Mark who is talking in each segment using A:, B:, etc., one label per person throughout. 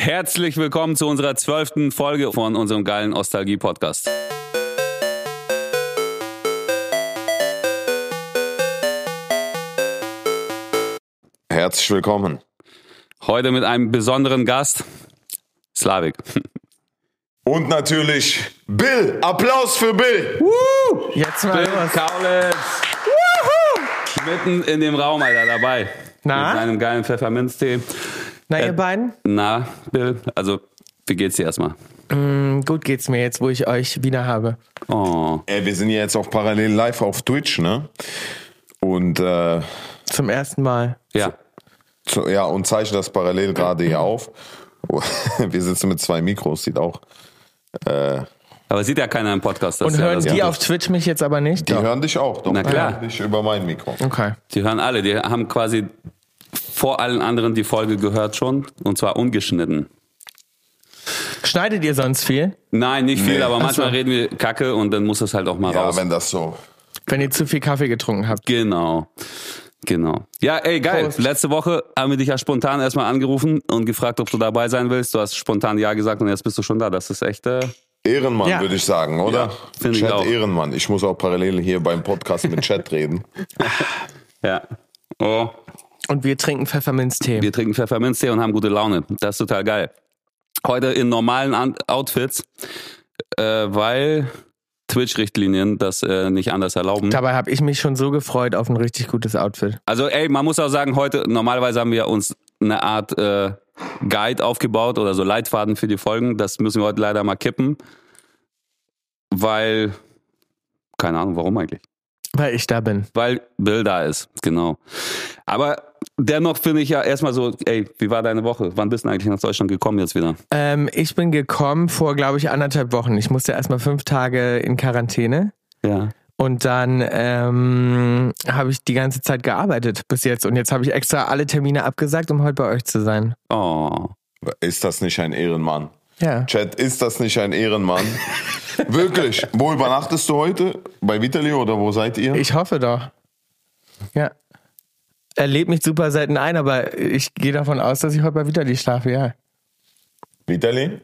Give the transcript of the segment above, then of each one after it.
A: Herzlich willkommen zu unserer zwölften Folge von unserem geilen Ostalgie-Podcast.
B: Herzlich willkommen.
A: Heute mit einem besonderen Gast, Slavik.
B: Und natürlich Bill. Applaus für Bill.
C: Jetzt mal
A: Bill
C: los.
A: Kaulitz. Mitten in dem Raum, Alter, dabei.
C: Na?
A: Mit seinem geilen Pfefferminztee.
C: Na,
A: Äh,
C: ihr beiden?
A: Na, Bill, also, wie geht's dir erstmal?
C: Hm, Gut geht's mir jetzt, wo ich euch wieder habe.
A: Oh,
B: Ey, wir sind ja jetzt auch parallel live auf Twitch, ne? Und äh,
C: Zum ersten Mal.
A: ja.
B: zu, ja, und zeichne das parallel gerade hier auf. Wir sitzen mit zwei Mikros, sieht auch. äh,
A: Aber sieht ja keiner im Podcast. Das
C: Und
A: ist ja
C: hören
A: das
C: die
A: Gute.
C: auf Twitch mich jetzt aber nicht?
B: Die hören dich auch, doch.
A: Na klar.
B: Die hören dich über mein Mikro.
C: Okay.
A: Die hören alle, die haben quasi vor allen anderen die Folge gehört schon. Und zwar ungeschnitten.
C: Schneidet ihr sonst viel?
A: Nein, nicht viel,
B: Nee.
A: aber
B: Ach
A: manchmal
C: so.
A: reden wir Kacke und dann muss das halt auch mal
B: Ja,
A: raus.
B: wenn das so.
C: Wenn ihr zu viel Kaffee getrunken habt.
A: Genau. Genau. Ja, ey, geil.
C: Prost.
A: Letzte Woche haben wir dich ja spontan erstmal angerufen und gefragt, ob du dabei sein willst. Du hast spontan Ja gesagt und jetzt bist du schon da. Das ist echt. Äh,
B: Ehrenmann,
C: Ja.
B: würde ich sagen, oder?
A: find ich
B: Chat
A: auch.
B: Ehrenmann. Ich muss auch parallel hier beim Podcast mit Chat reden.
A: ja. Oh.
C: Und wir trinken Pfefferminztee.
A: Wir trinken Pfefferminztee und haben gute Laune. Das ist total geil. Heute in normalen An Outfits, äh, weil Twitch-Richtlinien das äh, nicht anders erlauben.
C: Dabei habe ich mich schon so gefreut auf ein richtig gutes Outfit.
A: Also ey, man muss auch sagen, heute, normalerweise haben wir uns eine Art äh, Guide aufgebaut oder so Leitfaden für die Folgen. Das müssen wir heute leider mal kippen, weil, keine Ahnung warum eigentlich,
C: Weil ich da bin.
A: weil Bill da ist, genau. Aber dennoch finde ich ja erstmal so, ey, wie war deine Woche? Wann bist du eigentlich nach Deutschland gekommen jetzt wieder?
C: Ähm, ich bin gekommen vor, glaube ich, anderthalb Wochen. Ich musste erstmal fünf Tage in Quarantäne.
A: Ja.
C: Und dann ähm, habe ich die ganze Zeit gearbeitet bis jetzt. Und jetzt habe ich extra alle Termine abgesagt, um heute bei euch zu sein.
A: Oh.
B: Ist das nicht ein Ehrenmann?
C: Ja.
B: Chat, ist das nicht ein Ehrenmann? Wirklich. Wo übernachtest du heute? Bei Vitali oder wo seid ihr?
C: Ich hoffe doch. Ja. Er lädt mich super selten ein, aber ich gehe davon aus, dass ich heute mal wieder die schlafe, ja.
B: Vitali?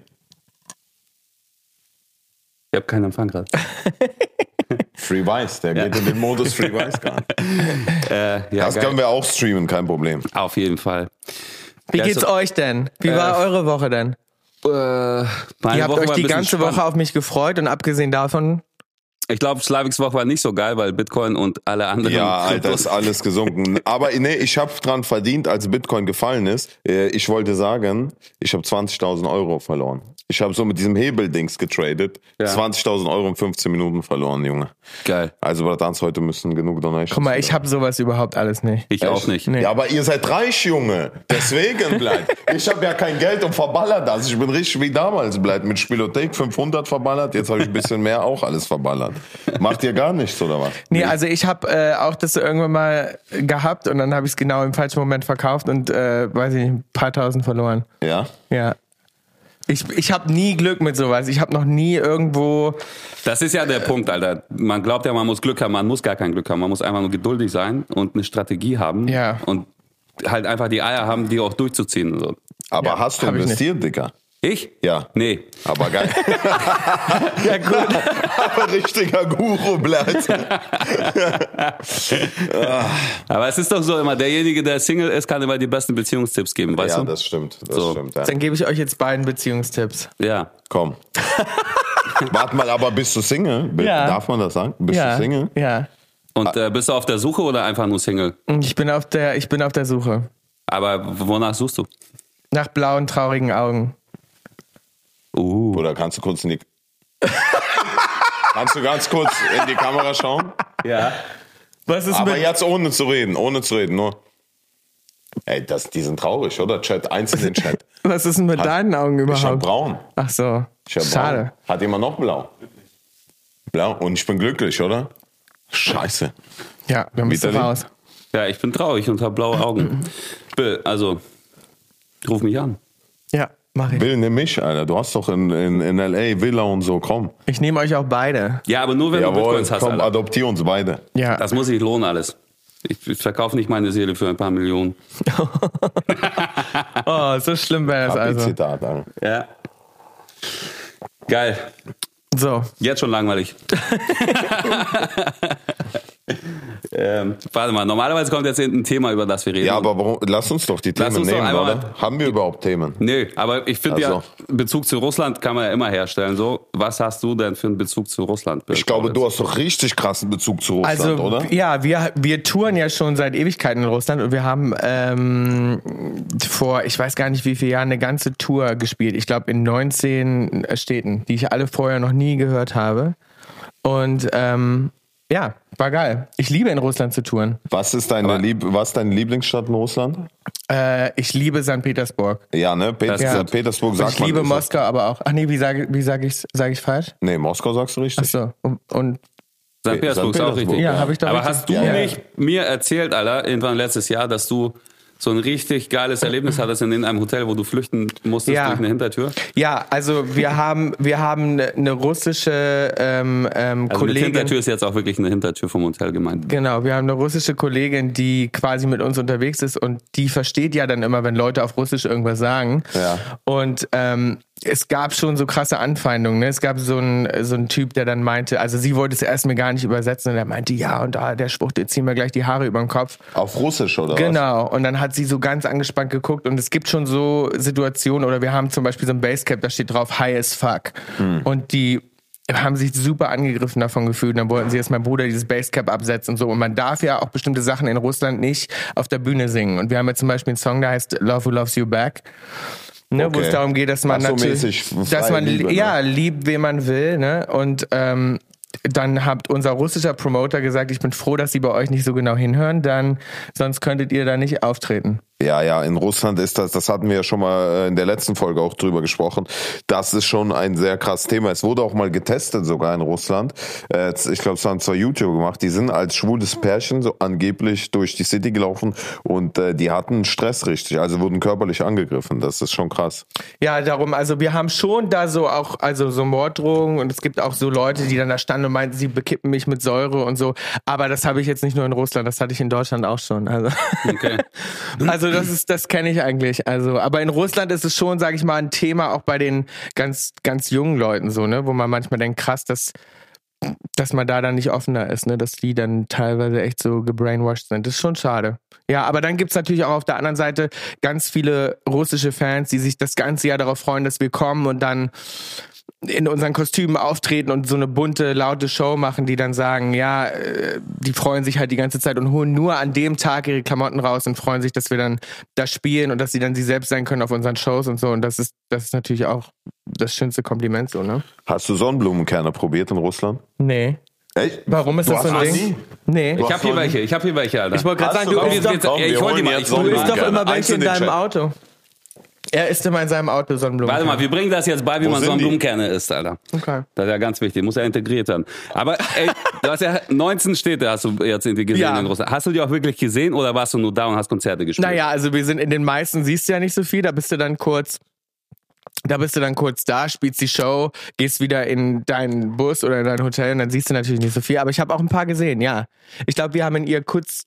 A: Ich habe keinen Empfang gerade.
B: Free Vice, der geht in den Modus Free Vice gar nicht.
A: Äh, Ja,
B: Das können wir auch streamen, kein Problem.
A: auf jeden Fall.
C: Wie
A: Ja, also-
C: geht's
A: so-
C: euch denn? Wie war eure Woche denn?
A: Äh, meine
C: Ihr
A: Woche
C: habt euch
A: war ein
C: die
A: bisschen
C: ganze
A: spannend.
C: Woche auf mich gefreut und abgesehen davon,
A: Ich glaube, Slaviks Woche war nicht so geil, weil Bitcoin und alle anderen.
B: Ja, Alter,
A: Kryptos-
B: ist alles gesunken. Aber nee, ich habe dran verdient, als Bitcoin gefallen ist. Äh, Ich wollte sagen, ich habe 20.000 Euro verloren. Ich habe so mit diesem Hebeldings getradet. 20.000 Euro in 15 Minuten verloren, Junge.
A: Geil.
B: Also, Bratanz, heute müssen genug Donations.
C: guck mal, ich habe sowas überhaupt alles nicht.
A: Ich auch nicht.
C: Nee.
B: Ja, aber ihr seid reich, Junge. Deswegen bleibt. Ich habe ja kein Geld und verballer das. Ich bin richtig wie damals bleibt. Mit Spielothek 500 verballert. Jetzt habe ich ein bisschen mehr auch alles verballert. Macht ihr gar nichts oder was?
C: Nee, also ich habe äh, auch das so irgendwann mal gehabt und dann habe ich es genau im falschen Moment verkauft und äh, weiß ich nicht, ein paar tausend verloren.
B: Ja.
C: Ja. Ich, ich habe nie Glück mit sowas. Ich habe noch nie irgendwo
A: Das ist ja der Punkt, Alter. Man glaubt ja, man muss Glück haben. Man muss gar kein Glück haben. Man muss einfach nur geduldig sein und eine Strategie haben.
C: Ja.
A: Und halt einfach die Eier haben, die auch durchzuziehen. und So.
B: Aber hast du
C: hab ich nicht.
B: investiert, Digga?
A: Ich?
B: Ja.
A: Nee.
B: Aber geil.
C: ja, gut.
B: aber richtiger Guru bleibt. Ah.
A: Aber es ist doch so immer, derjenige, der Single ist, kann immer die besten Beziehungstipps geben,
C: Also,
A: weißt
B: Ja,
A: du?
B: das stimmt. Das
A: So.
B: stimmt. Ja.
C: Dann gebe ich euch jetzt beiden Beziehungstipps.
A: Ja.
B: Komm. Warte mal, aber bist du Single? Bi-
C: Ja.
B: Darf man das sagen? Bist du Single?
C: Ja.
A: Und
B: Ah.
A: äh, bist du auf der Suche oder einfach nur Single?
C: Mhm. Ich bin auf der, ich bin auf der Suche
A: Aber wonach suchst du?
C: nach blauen traurigen Augen.
A: Uh.
B: Oder kannst du kurz in die. kannst du ganz kurz in die Kamera schauen?
A: Ja.
C: Was ist
B: Aber
C: mit?
B: jetzt ohne zu reden, ohne zu reden, nur. Ey, das, die sind traurig, oder? Chat, eins in den Chat.
C: Was ist denn mit
B: Hat-
C: deinen Augen
B: Ich hab
C: überhaupt?
B: braun.
C: Ach so.
B: Ich hab
C: Schade.
B: Braun. Hat jemand noch blau? Blau. Und ich bin glücklich, oder? Scheiße.
C: Ja, dann bist du
B: Vitali?
C: raus.
A: Ja, ich bin traurig und habe blaue Augen. Bill, also, ruf mich an.
C: Ja, mach ich.
B: Will nimm mich, Alter. Du hast doch in, in, in L.A. Villa und so, komm.
C: Ich nehme euch auch beide.
A: Ja, aber nur wenn du
B: Jawohl,
A: Bitcoins hast.
B: komm,
A: Alter.
B: adoptier uns beide.
C: Ja.
A: Das muss sich lohnen alles. Ich verkaufe nicht meine Seele für ein paar Millionen.
C: Oh, so schlimm wäre das
B: Hab ich
C: also.
B: Zitat an.
A: Ja. Geil.
C: So,
A: Jetzt schon langweilig. ähm, warte mal, normalerweise kommt jetzt ein Thema, über das wir reden.
B: Ja, aber warum, lass uns doch die
A: Lass
B: Themen
A: uns doch
B: nehmen,
A: einmal-
B: oder? Haben wir überhaupt Themen?
A: Nö, aber ich finde
B: Also.
A: ja, Bezug zu Russland kann man ja immer herstellen. So, was hast du denn für einen Bezug zu Russland? Bill
B: Ich glaube,
A: Kaulitz?
B: du hast doch richtig krassen Bezug zu Russland,
C: also
B: oder?
C: ja, wir, wir touren ja schon seit Ewigkeiten in Russland und wir haben ähm, vor, ich weiß gar nicht wie viele Jahren, eine ganze Tour gespielt. Ich glaube in 19 Städten, die ich alle vorher noch nie gehört habe. Und ähm, ja, war geil. Ich liebe in Russland zu touren.
B: Was ist deine,
A: Aber-
B: Lieb was ist deine Lieblingsstadt in Russland?
C: Äh, ich liebe St. Petersburg.
B: Ja, ne? Peters
A: Ja.
B: Petersburg
C: Und
B: sagt
C: ich
B: man.
C: liebe
B: ist-
C: Moskau aber auch. Ach nee, wie sage wie sag ich sage ich falsch?
B: Nee, Moskau sagst du
C: Ach
B: richtig.
C: so. Und, und
A: St. Petersburg ist auch
B: Petersburg.
A: richtig.
C: ja, habe ich doch
A: Aber
C: richtig-
A: hast du
C: ja,
A: nicht mir erzählt, Alter, irgendwann letztes Jahr, dass du so ein richtig geiles Erlebnis hattest in einem Hotel, wo du flüchten musstest
C: Ja.
A: durch eine Hintertür?
C: Ja, also wir haben wir haben eine russische ähm,
A: Also
C: ähm,
A: mit
C: Kollegin.
A: Hintertür ist jetzt auch wirklich eine Hintertür vom Hotel gemeint.
C: Genau, wir haben eine russische Kollegin, die quasi mit uns unterwegs ist und die versteht ja dann immer, wenn Leute auf Russisch irgendwas sagen.
B: Ja.
C: Und ähm, es gab schon so krasse Anfeindungen. Ne? Es gab so einen so einen Typ, der dann meinte, also sie wollte es erst mir gar nicht übersetzen und er meinte, ja, und da der Spruch, der ziehen wir gleich die Haare über den Kopf.
B: Auf Russisch, oder was?
C: Genau, und dann hat sie so ganz angespannt geguckt und es gibt schon so Situationen oder wir haben zum Beispiel so ein Basecap, da steht drauf High as fuck und die haben sich super angegriffen davon gefühlt und dann wollten sie, dass mein Bruder dieses Basecap absetzt und so und man darf ja auch bestimmte Sachen in Russland nicht auf der Bühne singen und wir haben jetzt zum Beispiel einen Song, der heißt Love Who Loves You Back. Ne, Wo
B: Okay.
C: es darum geht, dass man
B: Ach so, mäßig
C: natürlich,
B: freie
C: dass man
B: Liebe, ne?
C: ja liebt, wen man will, ne? Und ähm, dann hat unser russischer Promoter gesagt, ich bin froh, dass sie bei euch nicht so genau hinhören, dann sonst könntet ihr da nicht auftreten.
B: Ja, ja, in Russland ist das, das hatten wir ja schon mal äh, in der letzten Folge auch drüber gesprochen. Das ist schon ein sehr krasses Thema. Es wurde auch mal getestet sogar in Russland. Äh, ich glaube, es haben zwei YouTuber gemacht. Die sind als schwules Pärchen so angeblich durch die City gelaufen und äh, die hatten Stress richtig, also wurden körperlich angegriffen. Das ist schon krass.
C: Ja, darum, also wir haben schon da so auch, also so Morddrohungen und es gibt auch so Leute, die dann da standen und meinten, sie bekippen mich mit Säure und so. Aber das habe ich jetzt nicht nur in Russland, das hatte ich in Deutschland auch schon. Also,
A: Okay.
C: also das ist, das kenne ich eigentlich. Also, aber in Russland ist es schon, sage ich mal, ein Thema auch bei den ganz, ganz jungen Leuten so, ne, wo man manchmal denkt, krass, dass dass man da dann nicht offener ist, ne? dass die dann teilweise echt so gebrainwashed sind. Das ist schon schade. Ja, aber dann gibt's natürlich auch auf der anderen Seite ganz viele russische Fans, die sich das ganze Jahr darauf freuen, dass wir kommen und dann in unseren Kostümen auftreten und so eine bunte, laute Show machen, die dann sagen, ja, äh, die freuen sich halt die ganze Zeit und holen nur an dem Tag ihre Klamotten raus und freuen sich, dass wir dann da spielen und dass sie dann sie selbst sein können auf unseren Shows und so. Und das ist, das ist natürlich auch das schönste Kompliment so, ne?
B: Hast du Sonnenblumenkerne probiert in Russland?
C: Nee.
B: Echt?
C: Warum ist
B: Du
C: das so
B: hast
C: ein Ding?
B: nie?
C: Nee.
A: Ich habe hier welche, ich habe hier welche, Alter.
C: Ich wollte gerade
B: Hast du
C: sagen, du
B: Komm,
A: Komm,
C: isst
A: wir-
B: doch-
C: doch,
A: wir-
B: komm,
A: ey,
B: wir
A: ich hol die
B: holen
A: mal.
B: jetzt
A: Ich
B: noch
A: hol
C: du
A: die mal.
B: einen.
C: isst doch
B: gerne.
C: immer welche in
B: Einzelne
C: deinem
B: Check.
C: Auto. Er isst immer in seinem Auto Sonnenblumenkerne.
A: Warte mal, wir bringen das jetzt bei, wie
B: Wo
A: man
B: sind die?
A: Sonnenblumenkerne isst, Alter.
C: Okay.
A: Das ist ja ganz wichtig, muss ja integriert werden. Aber ey, du hast ja 19 Städte hast du jetzt in die gesehen
C: Ja.
A: in Russland. Hast du die auch wirklich gesehen oder warst du nur da und hast Konzerte gespielt?
C: Naja, also wir sind in den meisten, siehst du ja nicht so viel, da bist du dann kurz. Da bist du dann kurz da, spielst die Show, gehst wieder in deinen Bus oder in dein Hotel und dann siehst du natürlich nicht so viel. Aber ich habe auch ein paar gesehen, ja. Ich glaube, wir haben in ihr kurz,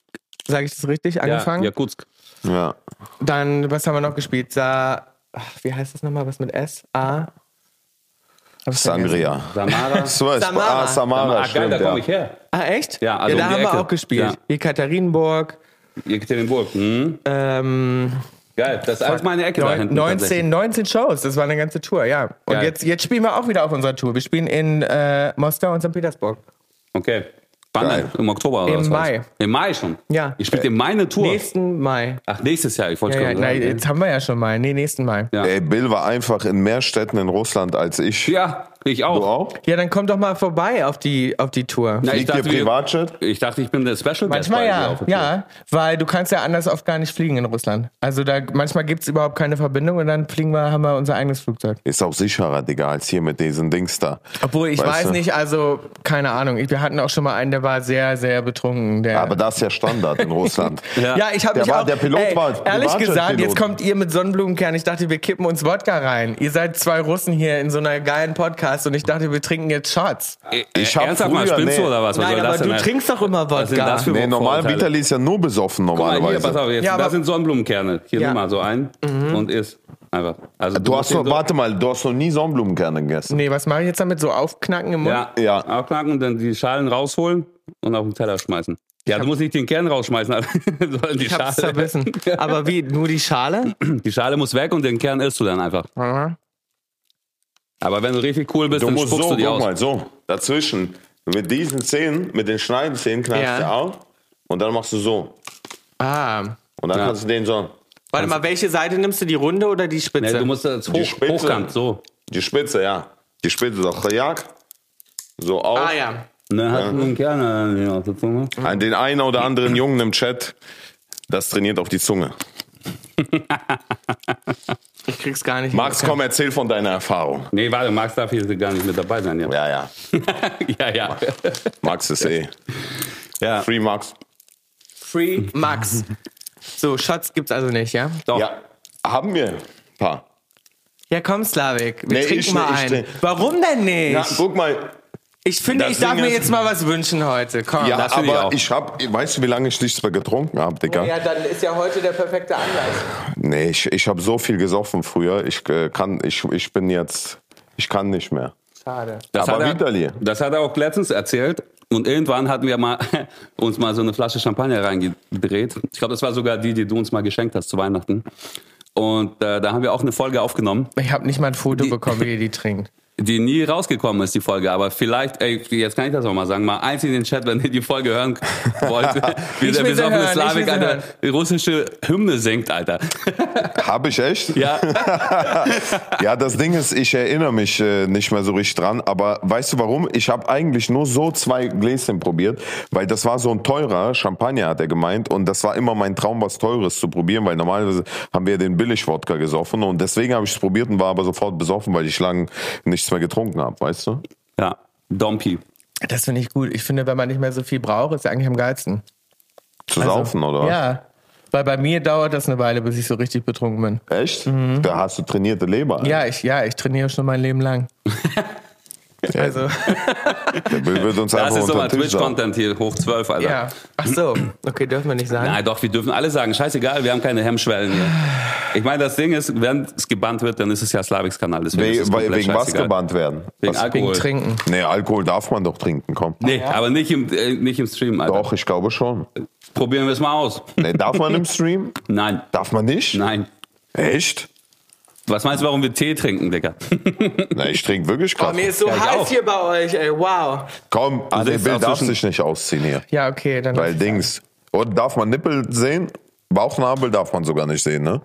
C: sage ich das richtig, angefangen.
A: Ja, Jakutsk.
B: Ja.
C: Dann, was haben wir noch gespielt? Sa ach, wie heißt das nochmal? Was mit S? A? Hab ich vergessen.
B: Sangria.
A: Samara.
B: Samara.
C: Samara.
B: Ah, Samara,
A: Ah, geil,
B: stimmt,
A: da
B: ja.
A: komme ich her.
C: Ah, echt?
A: Ja, also
C: ja da
A: um die
C: haben
A: Ecke.
C: wir auch gespielt.
A: Ja.
C: Ekaterinburg,
A: Jekaterinburg. Hm.
C: ähm,
A: Geil, das ist alles meine Ecke da
C: neun-
A: hinten.
C: 19, 19 Shows. Das war eine ganze Tour, ja. Und
A: Geil.
C: jetzt, jetzt spielen wir auch wieder auf unserer Tour. Wir spielen in äh, Moskau und St. Petersburg.
A: tatsächlich. Okay. Wann denn?
B: Geil.
A: Im Oktober oder
C: Im
A: was? war's?
C: Mai.
A: Im Mai schon?
C: Ja.
A: Ich spiele dir meine Tour.
C: Nächsten Mai.
A: Ach, nächstes Jahr, ich wollte
C: Ja, ja,
A: gerade
C: na,
A: sagen.
C: jetzt haben wir ja schon Mai. Nee, nächsten Mai.
A: Ja.
B: Ey, Bill war einfach in mehr Städten in Russland als ich.
A: ja, ich auch.
B: Du auch?
C: Ja, dann komm doch mal vorbei auf die, auf die Tour.
A: Na, ich,
B: Fliegt ihr
A: dachte, wir,
B: Privatjet?
A: ich dachte, ich bin der Special Guest
C: Manchmal
A: bei dir
C: ja,
A: auf der Tour.
C: ja, weil du kannst ja anders oft gar nicht fliegen in Russland. Also da manchmal gibt es überhaupt keine Verbindung und dann fliegen wir, haben wir unser eigenes Flugzeug.
B: Ist auch sicherer, Digga, als hier mit diesen Dings da.
C: Obwohl, ich
B: Weißt
C: weiß
B: du?
C: nicht, also keine Ahnung. Ich- Wir hatten auch schon mal einen, der war sehr, sehr betrunken. Der,
B: Aber das ist ja Standard in Russland.
A: Ja.
C: ja, ich habe
B: Der
C: mich
B: war-
C: auch.
B: der Pilot
C: ey,
B: war ein
C: ehrlich
B: Privatjet-Pilot.
C: gesagt, jetzt kommt ihr mit Sonnenblumenkern. Ich dachte, wir kippen uns Wodka rein. Ihr seid zwei Russen hier in so einer geilen Podcast und ich dachte, wir trinken jetzt Shots.
B: Ich hab
A: Ernsthaft mal,
B: früher-
A: spinnst du
B: nee.
A: oder was? was
D: Nein,
A: soll
D: aber
A: das denn
D: du
A: halt?
D: trinkst doch immer
A: Was sind das
D: Wodka.
A: für
B: Nee, normal
A: Vorurteile?
B: Vitali ist ja nur besoffen
A: Guck mal, hier,
B: normalerweise.
A: pass auf, jetzt,
C: Ja,
A: das
C: aber-
A: sind Sonnenblumenkerne. Hier,
C: Ja. Mhm.
A: nimm mal so ein und isst. Einfach. Also
B: du
A: musst
B: hast
A: den
B: noch,
A: so-
B: warte mal, du hast noch nie Sonnenblumenkerne gegessen.
C: Nee, was mache ich jetzt damit? So aufknacken im Mund?
A: Ja,
B: Ja.
A: aufknacken und dann die Schalen rausholen und auf den Teller schmeißen. Ja, du musst nicht den Kern rausschmeißen, aber sondern die
C: ich
A: Schale.
C: hab's zerbissen.
D: Aber wie? Nur die Schale?
A: Die Schale muss weg und den Kern isst du dann einfach.
C: Ja.
A: Aber wenn du richtig cool bist,
B: Du
A: dann
B: musst
A: spuckst
B: so,
A: du die
B: guck
A: aus.
B: mal, so, dazwischen. Mit diesen Zähnen, mit den Schneidenzähnen knallst
C: Ja.
B: du auf und dann machst du so.
C: Ah.
B: Und dann
A: Ja.
B: kannst du den so,
D: Warte mal, welche Seite nimmst du? Die runde oder die
A: Also Nee,
D: Spitze?
A: du musst das hoch,
B: Spitze.
A: hochkant, so.
B: die Spitze, ja. Die Spitze doch, Kajak. So auf.
D: ah ja.
A: Und dann hast du den Kern äh, dann hier auf der Zunge.
B: An den einen oder anderen Jungen im Chat, das trainiert auf die Zunge.
C: Ich krieg's gar nicht.
B: Max, komm, erzähl von deiner Erfahrung.
A: Nee, warte, Max darf hier gar nicht mit dabei sein. Ja,
B: Ja, ja.
A: ja. ja.
B: Max ist eh.
A: ja.
B: Free Max.
C: Free Max. So, Shots gibt's also nicht, ja?
A: Doch.
B: Ja, haben wir ein paar.
C: Ja, komm, Slavik. Wir
B: Nee,
C: trinken
B: ich-
C: mal
B: ich-
C: einen.
B: ich-
C: Warum denn nicht?
B: Ja, guck mal.
C: ich finde,
B: das
C: ich darf
B: Ding
C: mir
B: ist-
C: jetzt mal was wünschen heute. Komm.
B: Ja,
A: das finde ich
B: aber
A: auch.
B: ich, hab, weißt du, wie lange ich nichts mehr getrunken habe, Digga?
C: Ja, dann ist ja heute der perfekte Anlass.
B: Nee, ich, ich habe so viel gesoffen früher. Ich äh, kann, ich, ich bin jetzt, ich kann nicht mehr.
C: Schade.
A: Das
B: Aber
A: hat
B: Vitali.
A: er, das hat er auch letztens erzählt. Und irgendwann hatten wir mal uns mal so eine Flasche Champagner reingedreht. Ich glaube, das war sogar die, die du uns mal geschenkt hast zu Weihnachten. Und äh, da haben wir auch eine Folge aufgenommen,
C: Ich habe nicht mal ein Foto bekommen, wie ihr die trinkt.
A: die nie rausgekommen ist, die Folge. Aber vielleicht, ey, jetzt kann ich das auch mal sagen, mal eins in den Chat, wenn ihr die Folge hören wollt, wie
C: Ich
A: der
C: will sie hören,
A: besoffene
C: ich will
A: Slavik
C: sie
A: eine
C: hören.
A: russische Hymne singt, Alter.
B: Habe ich echt?
A: Ja,
B: Ja, das Ding ist, ich erinnere mich äh, nicht mehr so richtig dran, aber weißt du warum? Ich habe eigentlich nur so zwei Gläschen probiert, weil das war so ein teurer Champagner, hat er gemeint, und das war immer mein Traum, was Teures zu probieren, weil normalerweise haben wir den Billig-Wodka gesoffen und deswegen habe ich es probiert und war aber sofort besoffen, weil ich lang nichts mehr getrunken habe, weißt du?
A: ja, Dompi.
C: Das finde ich gut. Ich finde, wenn man nicht mehr so viel braucht, ist eigentlich am geilsten.
B: Zu saufen, oder?
C: Also, Ja. Weil bei mir dauert das eine Weile, bis ich so richtig betrunken bin.
B: Echt? Da hast du trainierte Leber. Alter.
C: Ja, ich, ja, ich trainiere schon mein Leben lang. also,
B: Der Bill wird uns
A: Das
B: einfach
A: ist so
B: unter
A: mal
B: den Tisch saufen.
A: Twitch-Content hier, hoch 12, Alter.
C: ja. Ach so. Okay, dürfen wir nicht sagen.
A: Nein, doch, wir dürfen alle sagen, scheißegal, wir haben keine Hemmschwellen hier. Ich meine, das Ding ist, wenn es gebannt wird, dann ist es ja Slaviks Kanal. Deswegen ist es
B: We we
A: komplett
B: wegen was
A: scheißegal.
B: gebannt werden?
A: Wegen
B: Was?
A: Alkohol.
C: Wegen Trinken.
B: Nee, Alkohol darf man doch trinken, komm.
A: Nee, aber nicht im, äh, nicht im Stream, Alter.
B: Doch, ich glaube schon.
A: Probieren wir es mal aus.
B: Nee, darf man im Stream?
A: Nein,
B: Darf man nicht?
A: nein.
B: Echt?
A: Was meinst du, warum wir Tee trinken, Digga?
B: Nee, ich trinke wirklich
D: Oh, mir
B: Kaffee.
D: ist so
A: Ja, ich auch.
D: heiß hier bei euch, ey. Wow.
B: Komm, ah, nee,
A: sitzt
B: Bill
A: auch
B: darf
A: zwischen-
B: sich nicht ausziehen hier.
C: Ja, okay, dann.
B: Weil Dings. Und darf man Nippel sehen? Bauchnabel darf man sogar nicht sehen, ne?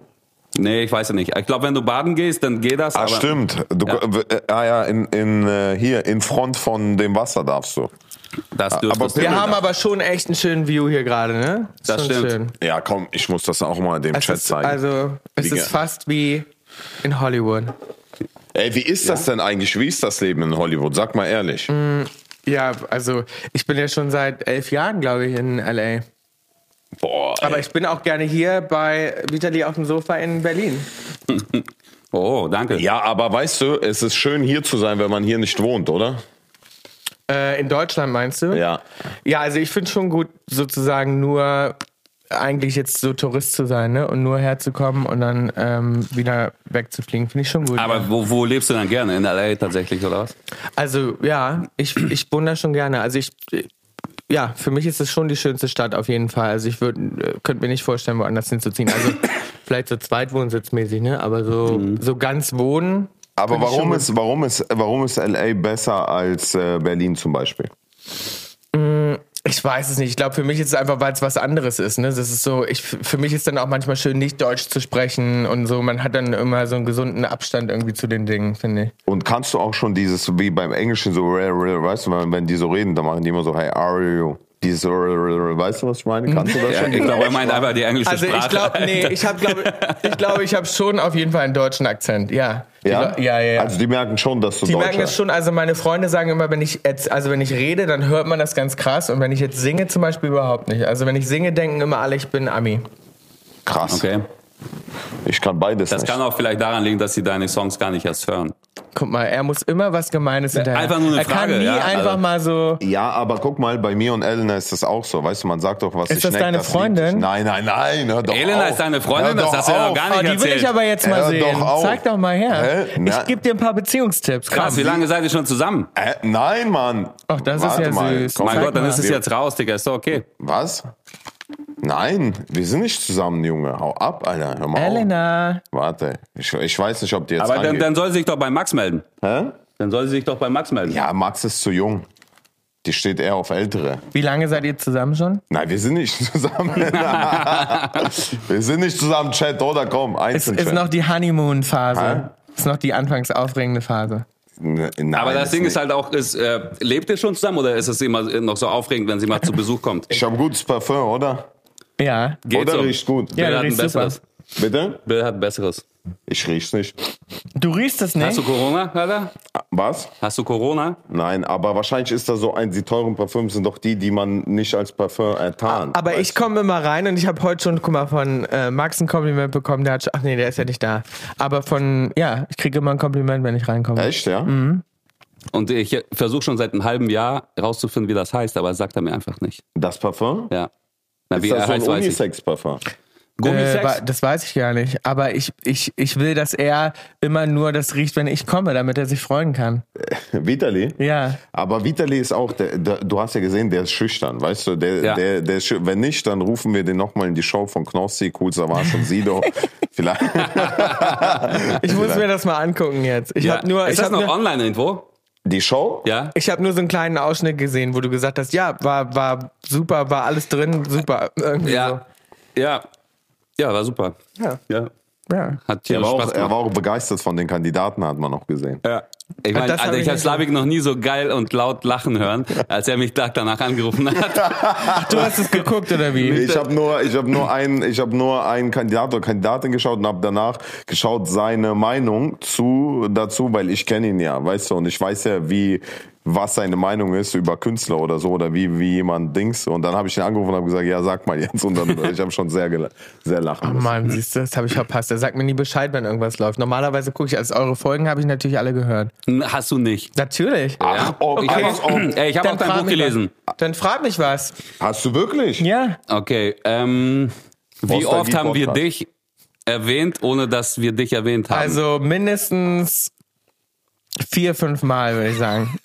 A: nee, ich weiß ja nicht. Ich glaube, wenn du baden gehst, dann geht das.
B: Ah,
A: aber
B: stimmt. Du,
A: Ja.
B: äh, ah ja, in, in, äh, hier, in Front von dem Wasser darfst du.
A: Das
B: Aber
A: dürftest du.
C: wir
B: Pimmel
C: haben
B: da.
C: aber schon echt einen schönen View hier gerade, ne? Ist
A: Das
C: schon
A: stimmt.
B: Ja, komm, ich muss das auch mal dem
C: Es
B: Chat
C: ist,
B: zeigen.
C: also, es
B: Wie
C: ist
B: ge-
C: fast wie in Hollywood.
B: Ey, wie ist das denn eigentlich? Wie ist das Leben in Hollywood? Sag mal ehrlich.
C: Ja, also ich bin ja schon seit elf Jahren, glaube ich, in LA.
B: Boah,
C: Aber ich bin auch gerne hier bei Vitali auf dem Sofa in Berlin.
A: Oh, danke.
B: Ja, aber weißt du, es ist schön hier zu sein, wenn man hier nicht wohnt, oder?
C: Äh, in Deutschland meinst du?
B: Ja.
C: Ja, also ich finde schon gut, sozusagen nur eigentlich jetzt so Tourist zu sein, ne? Und nur herzukommen und dann ähm, wieder wegzufliegen, finde ich schon gut.
A: Aber
C: ja.
A: wo, wo lebst du dann gerne? In L.A. tatsächlich, oder was?
C: Also ja, ich, ich wohne da schon gerne. Also ich, ja, für mich ist es schon die schönste Stadt auf jeden Fall. Also ich würde, könnte mir nicht vorstellen, woanders hinzuziehen. Also vielleicht so zweitwohnsitzmäßig, ne? Aber so, so ganz wohnen.
B: Mhm. Aber
C: Finde ich
B: warum
C: schon
B: ist, warum, ist, warum ist LA besser als äh, Berlin zum Beispiel?
C: Ich weiß es nicht. Ich glaube, für mich ist es einfach, weil es was anderes ist. Ne? Das ist so, ich, für mich ist dann auch manchmal schön, nicht Deutsch zu sprechen und so. Man hat dann immer so einen gesunden Abstand irgendwie zu den Dingen, finde ich.
B: Und kannst du auch schon dieses, wie beim Englischen, so, rare, rare, weißt du, wenn wenn die so reden, dann machen die immer so, hey, are you? Dieses, so, rare, rare, weißt du, was ich meine? Kannst du das
A: Ja,
B: schon?
A: ich glaube, er meint einfach die englische
C: Also
A: Sprache.
C: ich glaube, nee, ich habe, glaube ich, glaube, ich habe schon auf jeden Fall einen deutschen Akzent. Ja, Die
B: ja?
C: Le- ja, ja. ja.
B: Also die merken schon, dass du
C: Die
B: Deutscher
C: merken das schon, also meine Freunde sagen immer, wenn ich jetzt, also wenn ich rede, dann hört man das ganz krass und wenn ich jetzt singe zum Beispiel überhaupt nicht. Also wenn ich singe, denken immer alle, ich bin Ami.
B: Krass.
A: Okay.
B: Ich kann beides
A: Das
B: nicht.
A: kann auch vielleicht daran liegen, dass sie deine Songs gar nicht erst hören.
C: Guck mal, er muss immer was Gemeines hinterher.
A: einfach nur eine
C: er
A: Frage,
C: kann nie
A: ja,
C: einfach
A: also-
C: mal so.
B: Ja, aber guck mal, bei mir und Elena ist das auch so. Weißt du, man sagt doch, was
C: Ist
B: ich
C: das
B: neck,
C: deine
B: liebt
C: Freundin?
B: sich. Nein, nein, nein, hör doch
A: Elena
B: auf.
A: ist deine Freundin,
B: Hör
A: das hast du ja noch gar nicht
B: auf.
C: Oh, die will
A: erzählt.
C: ich aber jetzt mal
B: Hör
C: sehen.
B: doch auf.
C: Zeig doch mal her.
B: Hä? Na-
C: Ich gebe dir ein paar Beziehungstipps.
A: Krass, wie lange seid ihr schon zusammen?
B: Äh, nein, Mann.
C: Ach, das ist
B: Warte
C: ja
B: mal.
C: süß.
B: Komm,
A: Mein
C: Zeig
A: Gott, dann
C: mal.
A: ist es
B: Wir-
A: jetzt raus, Digga. Ist doch okay.
B: Was? Nein, wir sind nicht zusammen, Junge. Hau ab, Alter. Hör mal
C: Elena.
B: auf. Warte, ich, ich weiß nicht, ob die jetzt
A: Aber dann,
B: rangeht.
A: dann soll sie sich doch bei Max melden.
B: Hä?
A: Dann soll sie sich doch bei Max melden.
B: Ja, Max ist zu jung. Die steht eher auf Ältere.
C: Wie lange seid ihr zusammen schon?
B: Nein, wir sind nicht zusammen. wir sind nicht zusammen, Chat, oder? Komm,
C: Ist,
B: einzeln.
C: ist noch die Honeymoon-Phase.
B: Hä?
C: Ist noch die anfangs aufregende Phase.
B: Nein,
A: Aber das Ding
B: nicht.
A: ist halt auch, ist, äh, lebt ihr schon zusammen oder ist es immer noch so aufregend, wenn sie mal zu Besuch kommt?
B: Ich habe gutes Parfum, oder?
C: Ja.
A: Geht
B: oder
A: so.
B: riecht gut.
A: Bill
C: Ja, du
A: hat ein
C: riechst
A: besseres.
C: super.
B: Bitte?
A: Bill hat ein besseres.
B: Ich riech's nicht.
C: Du riechst es nicht.
A: Hast du Corona, Alter?
B: Was?
A: Hast du Corona?
B: Nein, aber wahrscheinlich ist da so ein, die teuren Parfüms sind doch die, die man nicht als Parfum ertarnt.
D: Aber ich komme immer rein und ich habe heute schon, guck mal, von äh, Max ein Kompliment bekommen. Der hat, schon- ach nee, der ist ja nicht da.
C: Aber von, ja, ich kriege immer ein Kompliment, wenn ich reinkomme.
A: Äh,
B: Echt, ja?
A: Mhm. Und ich versuche schon seit einem halben Jahr rauszufinden, wie das heißt, aber sagt er mir einfach nicht.
B: Das Parfum?
A: Ja. Na,
B: Ist
A: wie
B: das
A: er
B: so ein
A: heißt, weiß ich.
B: Unisex-Parfum?
C: Äh,
A: Gummisex?
C: wa- das weiß ich gar nicht. Aber ich, ich, ich will, dass er immer nur das riecht, wenn ich komme, damit er sich freuen kann.
B: Vitali?
C: Ja.
B: Aber Vitali ist auch, der, der, du hast ja gesehen, der ist schüchtern, weißt du? Der,
A: Ja.
B: der, der ist schü- wenn nicht, dann rufen wir den nochmal in die Show von Knossi, Cool Savas und Sido. Vielleicht.
D: Ich muss mir das mal angucken jetzt. Ich
A: ja.
D: habe nur,
A: ist
D: ich
A: das
D: habe
A: noch
D: nur,
A: online irgendwo?
B: Die Show?
A: Ja.
D: ich hab nur so einen kleinen Ausschnitt gesehen, wo du gesagt hast, ja, war, war super, war alles drin, super. Irgendwie
A: Ja. Ja. Ja, war super.
D: Ja.
A: ja.
D: So. ja.
A: Hat
B: Er
A: hier
B: war, auch,
A: Spaß
B: er war
A: gemacht.
B: auch begeistert von den Kandidaten, hat man auch gesehen.
A: Ja. Ich meine,
D: das hab
A: Alter,
D: ich
A: ich habe
D: nicht
A: Slavik noch nie so geil und laut lachen hören, als er mich da- danach angerufen hat.
C: Du hast es geguckt, oder wie?
B: Ich habe nur, ich habe nur einen, ich habe nur einen Kandidat oder Kandidatin geschaut und habe danach geschaut seine Meinung zu dazu, weil ich kenne ihn ja, weißt du, und ich weiß ja, wie was seine Meinung ist über Künstler oder so oder wie wie jemand Dings. Und dann habe ich ihn angerufen und habe gesagt, ja, sag mal jetzt. Und dann ich habe schon sehr gela- sehr lachen. müssen.
C: Mann, siehst du, das habe ich verpasst. Er sagt mir nie Bescheid, wenn irgendwas läuft. Normalerweise gucke ich, also eure Folgen habe ich natürlich alle gehört.
A: Hast du nicht.
C: Natürlich.
B: Ach, oh,
A: Ich habe
B: okay.
A: auch, ey, ich hab auch dein
C: frag
A: Buch
C: mich was.
A: gelesen.
C: Dann frag mich was.
B: Hast du wirklich?
C: Ja.
A: Okay, ähm, wie
B: Nostalgie
A: oft haben wir
B: Podcast.
A: dich erwähnt, ohne dass wir dich erwähnt haben?
C: Also mindestens vier, fünf Mal, würde ich sagen.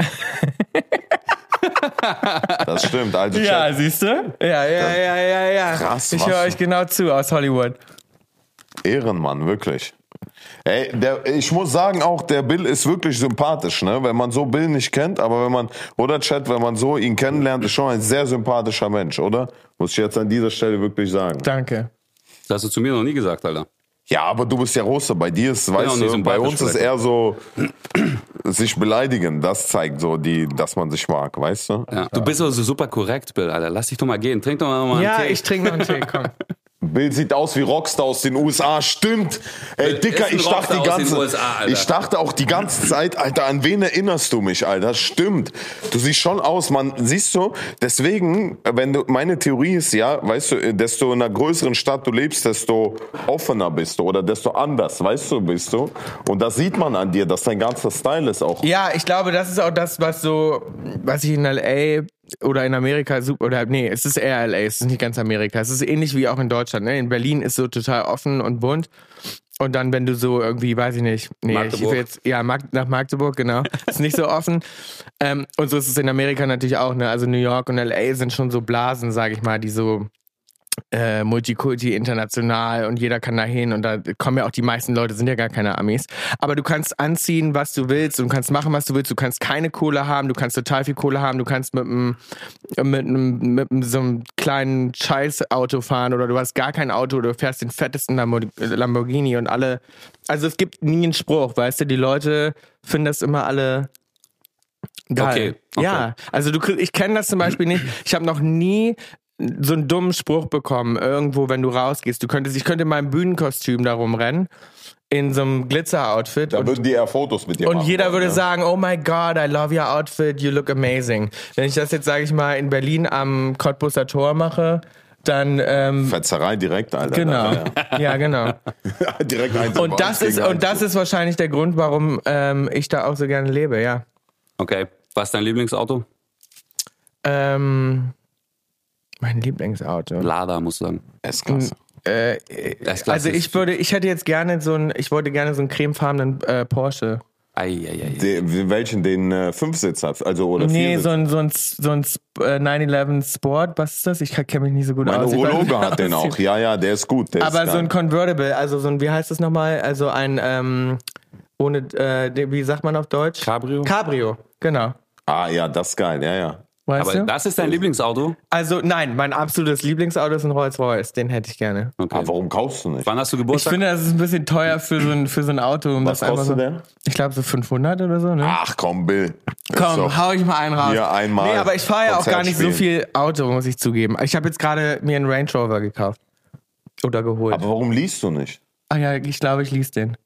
B: Das stimmt. Also Chat,
C: siehst du? Ja, ja, ja, ja, ja.
B: Krass,
C: ich
B: was
C: höre
B: du-
C: euch genau zu aus Hollywood.
B: Ehrenmann, wirklich. Ey, der, ich muss sagen auch, der Bill ist wirklich sympathisch, ne? Wenn man so Bill nicht kennt, aber wenn man, oder Chat, wenn man so ihn kennenlernt, ist schon ein sehr sympathischer Mensch, oder? Muss ich jetzt an dieser Stelle wirklich sagen.
C: Danke.
A: das hast du zu mir noch nie gesagt, Alter.
B: Ja, aber du bist ja Russe, bei dir ist,
A: auch
B: weißt
A: nicht
B: du, bei
A: sympathisch
B: uns ist
A: vielleicht.
B: eher so, sich beleidigen, das zeigt so, die, dass man sich mag, weißt du?
A: Ja. Du bist also super korrekt, Bill, Alter. Lass dich doch mal gehen. Trink doch mal noch mal
D: Ja,
A: einen Tee.
D: ich trinke noch einen Tee, komm.
B: Bill sieht aus wie Rockstar aus den USA, stimmt. Ey, Dicker,
A: ist ein
B: ich dachte,
A: Rockstar aus
B: die
A: den
B: ganze,
A: USA, Alter.
B: ich dachte auch die ganze Zeit, Alter, an wen erinnerst du mich, Alter? Stimmt. Du siehst schon aus, man, siehst du? Deswegen, wenn du, meine Theorie ist ja, weißt du, desto in einer größeren Stadt du lebst, desto offener bist du oder desto anders, weißt du, bist du. Und das sieht man an dir, dass dein ganzer Style ist auch.
C: Ja, ich glaube, das ist auch das, was so, was ich in LA oder in Amerika super oder nee, es ist eher LA, es ist nicht ganz Amerika. Es ist ähnlich wie auch in Deutschland. Ne? In Berlin ist so total offen und bunt. Und dann, wenn du so irgendwie, weiß ich nicht, nee, ich
A: Magdeburg.
C: will jetzt, ja, Mag nach Magdeburg, genau, ist nicht so offen. Ähm, und so ist es in Amerika natürlich auch, ne? Also New York und LA sind schon so Blasen, sag ich mal, die so äh, Multikulti, international und jeder kann da hin und da kommen ja auch die meisten Leute, sind ja gar keine Amis. Aber du kannst anziehen, was du willst, und du kannst machen, was du willst, du kannst keine Kohle haben, du kannst total viel Kohle haben, du kannst mit einem mit, einem- mit einem- so einem kleinen Scheißauto fahren oder du hast gar kein Auto oder du fährst den fettesten Lambo Lamborghini und alle. Also es gibt nie einen Spruch, weißt du, die Leute finden das immer alle geil.
A: Okay, okay.
C: Ja, also du krieg- ich kenne das zum Beispiel nicht. Ich habe noch nie so einen dummen Spruch bekommen, irgendwo, wenn du rausgehst. Du könntest, ich könnte in meinem Bühnenkostüm da rumrennen, in so einem Glitzer-Outfit.
B: Da
C: Und,
B: würden die eher Fotos mit dir
C: und
B: machen.
C: jeder
B: wollen,
C: würde
B: ne?
C: sagen, oh my God, I love your outfit, you look amazing. Wenn ich das jetzt, sage ich mal, in Berlin am Cottbuser Tor mache, dann ähm,
B: Fetzerei direkt, Alter.
C: genau,
B: Da war
C: ja genau.
B: er. direkt eins über
C: Und das
B: uns
C: ist
B: gegen
C: und das
B: eins.
C: ist wahrscheinlich der Grund, warum ähm, ich da auch so gerne lebe, ja.
A: Okay. Was ist dein Lieblingsauto?
C: Ähm, mein Lieblingsauto.
A: Lada, muss ich sagen.
B: S-Klasse.
C: Äh,
A: S-Klasse
C: also
A: ist-
C: ich würde, ich hätte jetzt gerne so ein, ich wollte gerne so einen cremefarbenen äh, Porsche.
A: Eieiei.
B: Den- welchen den äh, Fünfsitz hat, also oder
C: Nee,
B: Viersitz.
C: so ein, so ein, so ein äh, 911 Sport, was ist das? Ich kenne mich nicht so gut
B: Mein
C: aus. Ich weiß nicht,
B: Urologe
C: wie
B: hat
C: der
B: den
C: aussieht.
B: auch. Ja, ja, der ist gut. Der
C: Aber
B: ist
C: so ein
B: geil.
C: Convertible, also so ein, wie heißt das nochmal? Also ein, ähm, ohne, äh, de- wie sagt man auf Deutsch?
A: Cabrio?
C: Cabrio, genau.
B: Ah, ja, das ist geil, ja, ja.
C: Weißt
A: Aber
C: du?
A: das ist dein Lieblingsauto?
C: also nein, mein absolutes Lieblingsauto ist ein Rolls-Royce, den hätte ich gerne.
A: Okay.
B: Aber Ah, warum kaufst du nicht?
A: Wann hast du
C: Ich
A: Geburtstag?
C: finde, das ist ein bisschen teuer für so ein, für so ein Auto. Um
B: Was
C: das einfach
B: kostet
C: so,
B: der?
C: Ich glaube so 500 oder so, ne?
B: Ach komm, Bill. Das
C: Komm,
B: ist doch-
C: hau ich mal einen raus.
B: Hier einmal
C: Nee, aber ich fahre ja auch
B: Konzert
C: gar nicht so
B: spielen.
C: viel Auto, muss ich zugeben. Ich habe jetzt gerade mir einen Range Rover gekauft. Oder geholt.
B: Aber warum liest du nicht?
C: ah ja, ich glaube, ich lies den.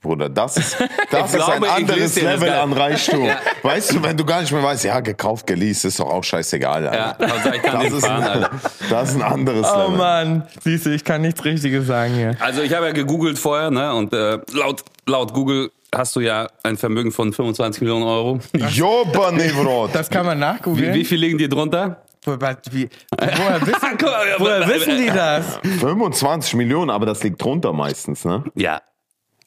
B: Bruder, das ist, das ist
A: glaube,
B: ein
A: ich
B: anderes
A: lese dir das
B: Level
A: geil.
B: an Reichtum. Weißt du, wenn du gar nicht mehr weißt, ja, gekauft, geleast, ist doch auch scheißegal. Alter.
A: Ja, also ich kann
B: das,
A: den
B: ist
A: fahren,
B: ein,
A: Alter.
B: das ist ein anderes
C: Oh
B: Level.
C: Mann, siehst du, ich kann nichts Richtiges sagen hier.
A: Also ich habe ja gegoogelt vorher, ne? Und äh, laut, laut Google hast du ja ein Vermögen von 25 Millionen Euro.
B: Jobanevrot.
C: Das kann man
A: Wie,
C: nachgoogeln.
A: wie viel liegen dir drunter?
C: Wo- was- wie- woher, wissen,
A: Guck mal,
C: woher wissen die das?
B: 25 Millionen, aber das liegt drunter meistens, ne?
A: Ja.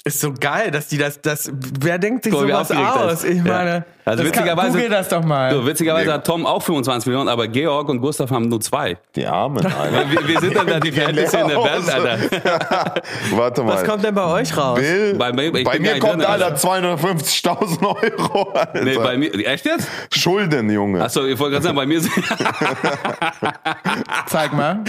C: Ist so geil, dass die das, das wer denkt sich
A: Guck mal, wie
C: sowas
A: aufgeregt er
C: aus?
A: ist.
C: Ich
A: Ja.
C: meine,
A: Also
C: das
A: witzigerweise-
C: kann, google das doch mal.
A: So, witzigerweise
B: Nee.
A: hat Tom auch 25 Millionen, aber Georg und Gustav haben nur zwei.
B: Die Armen, Alter.
A: Wir, wir sind dann da die Verhältnisse in der Band, Alter.
B: Warte mal.
C: was kommt denn bei euch raus?
B: Bill,
A: Bei
B: bei,
A: mir- ich bin
B: mir
A: gar nicht
B: kommt
A: drin,
B: Alter 250.000 Euro. Alter.
A: Nee, bei mir, echt jetzt?
B: Schulden, Junge.
A: Achso, ich wollte gerade sagen, bei mir sind,
C: Zeig mal.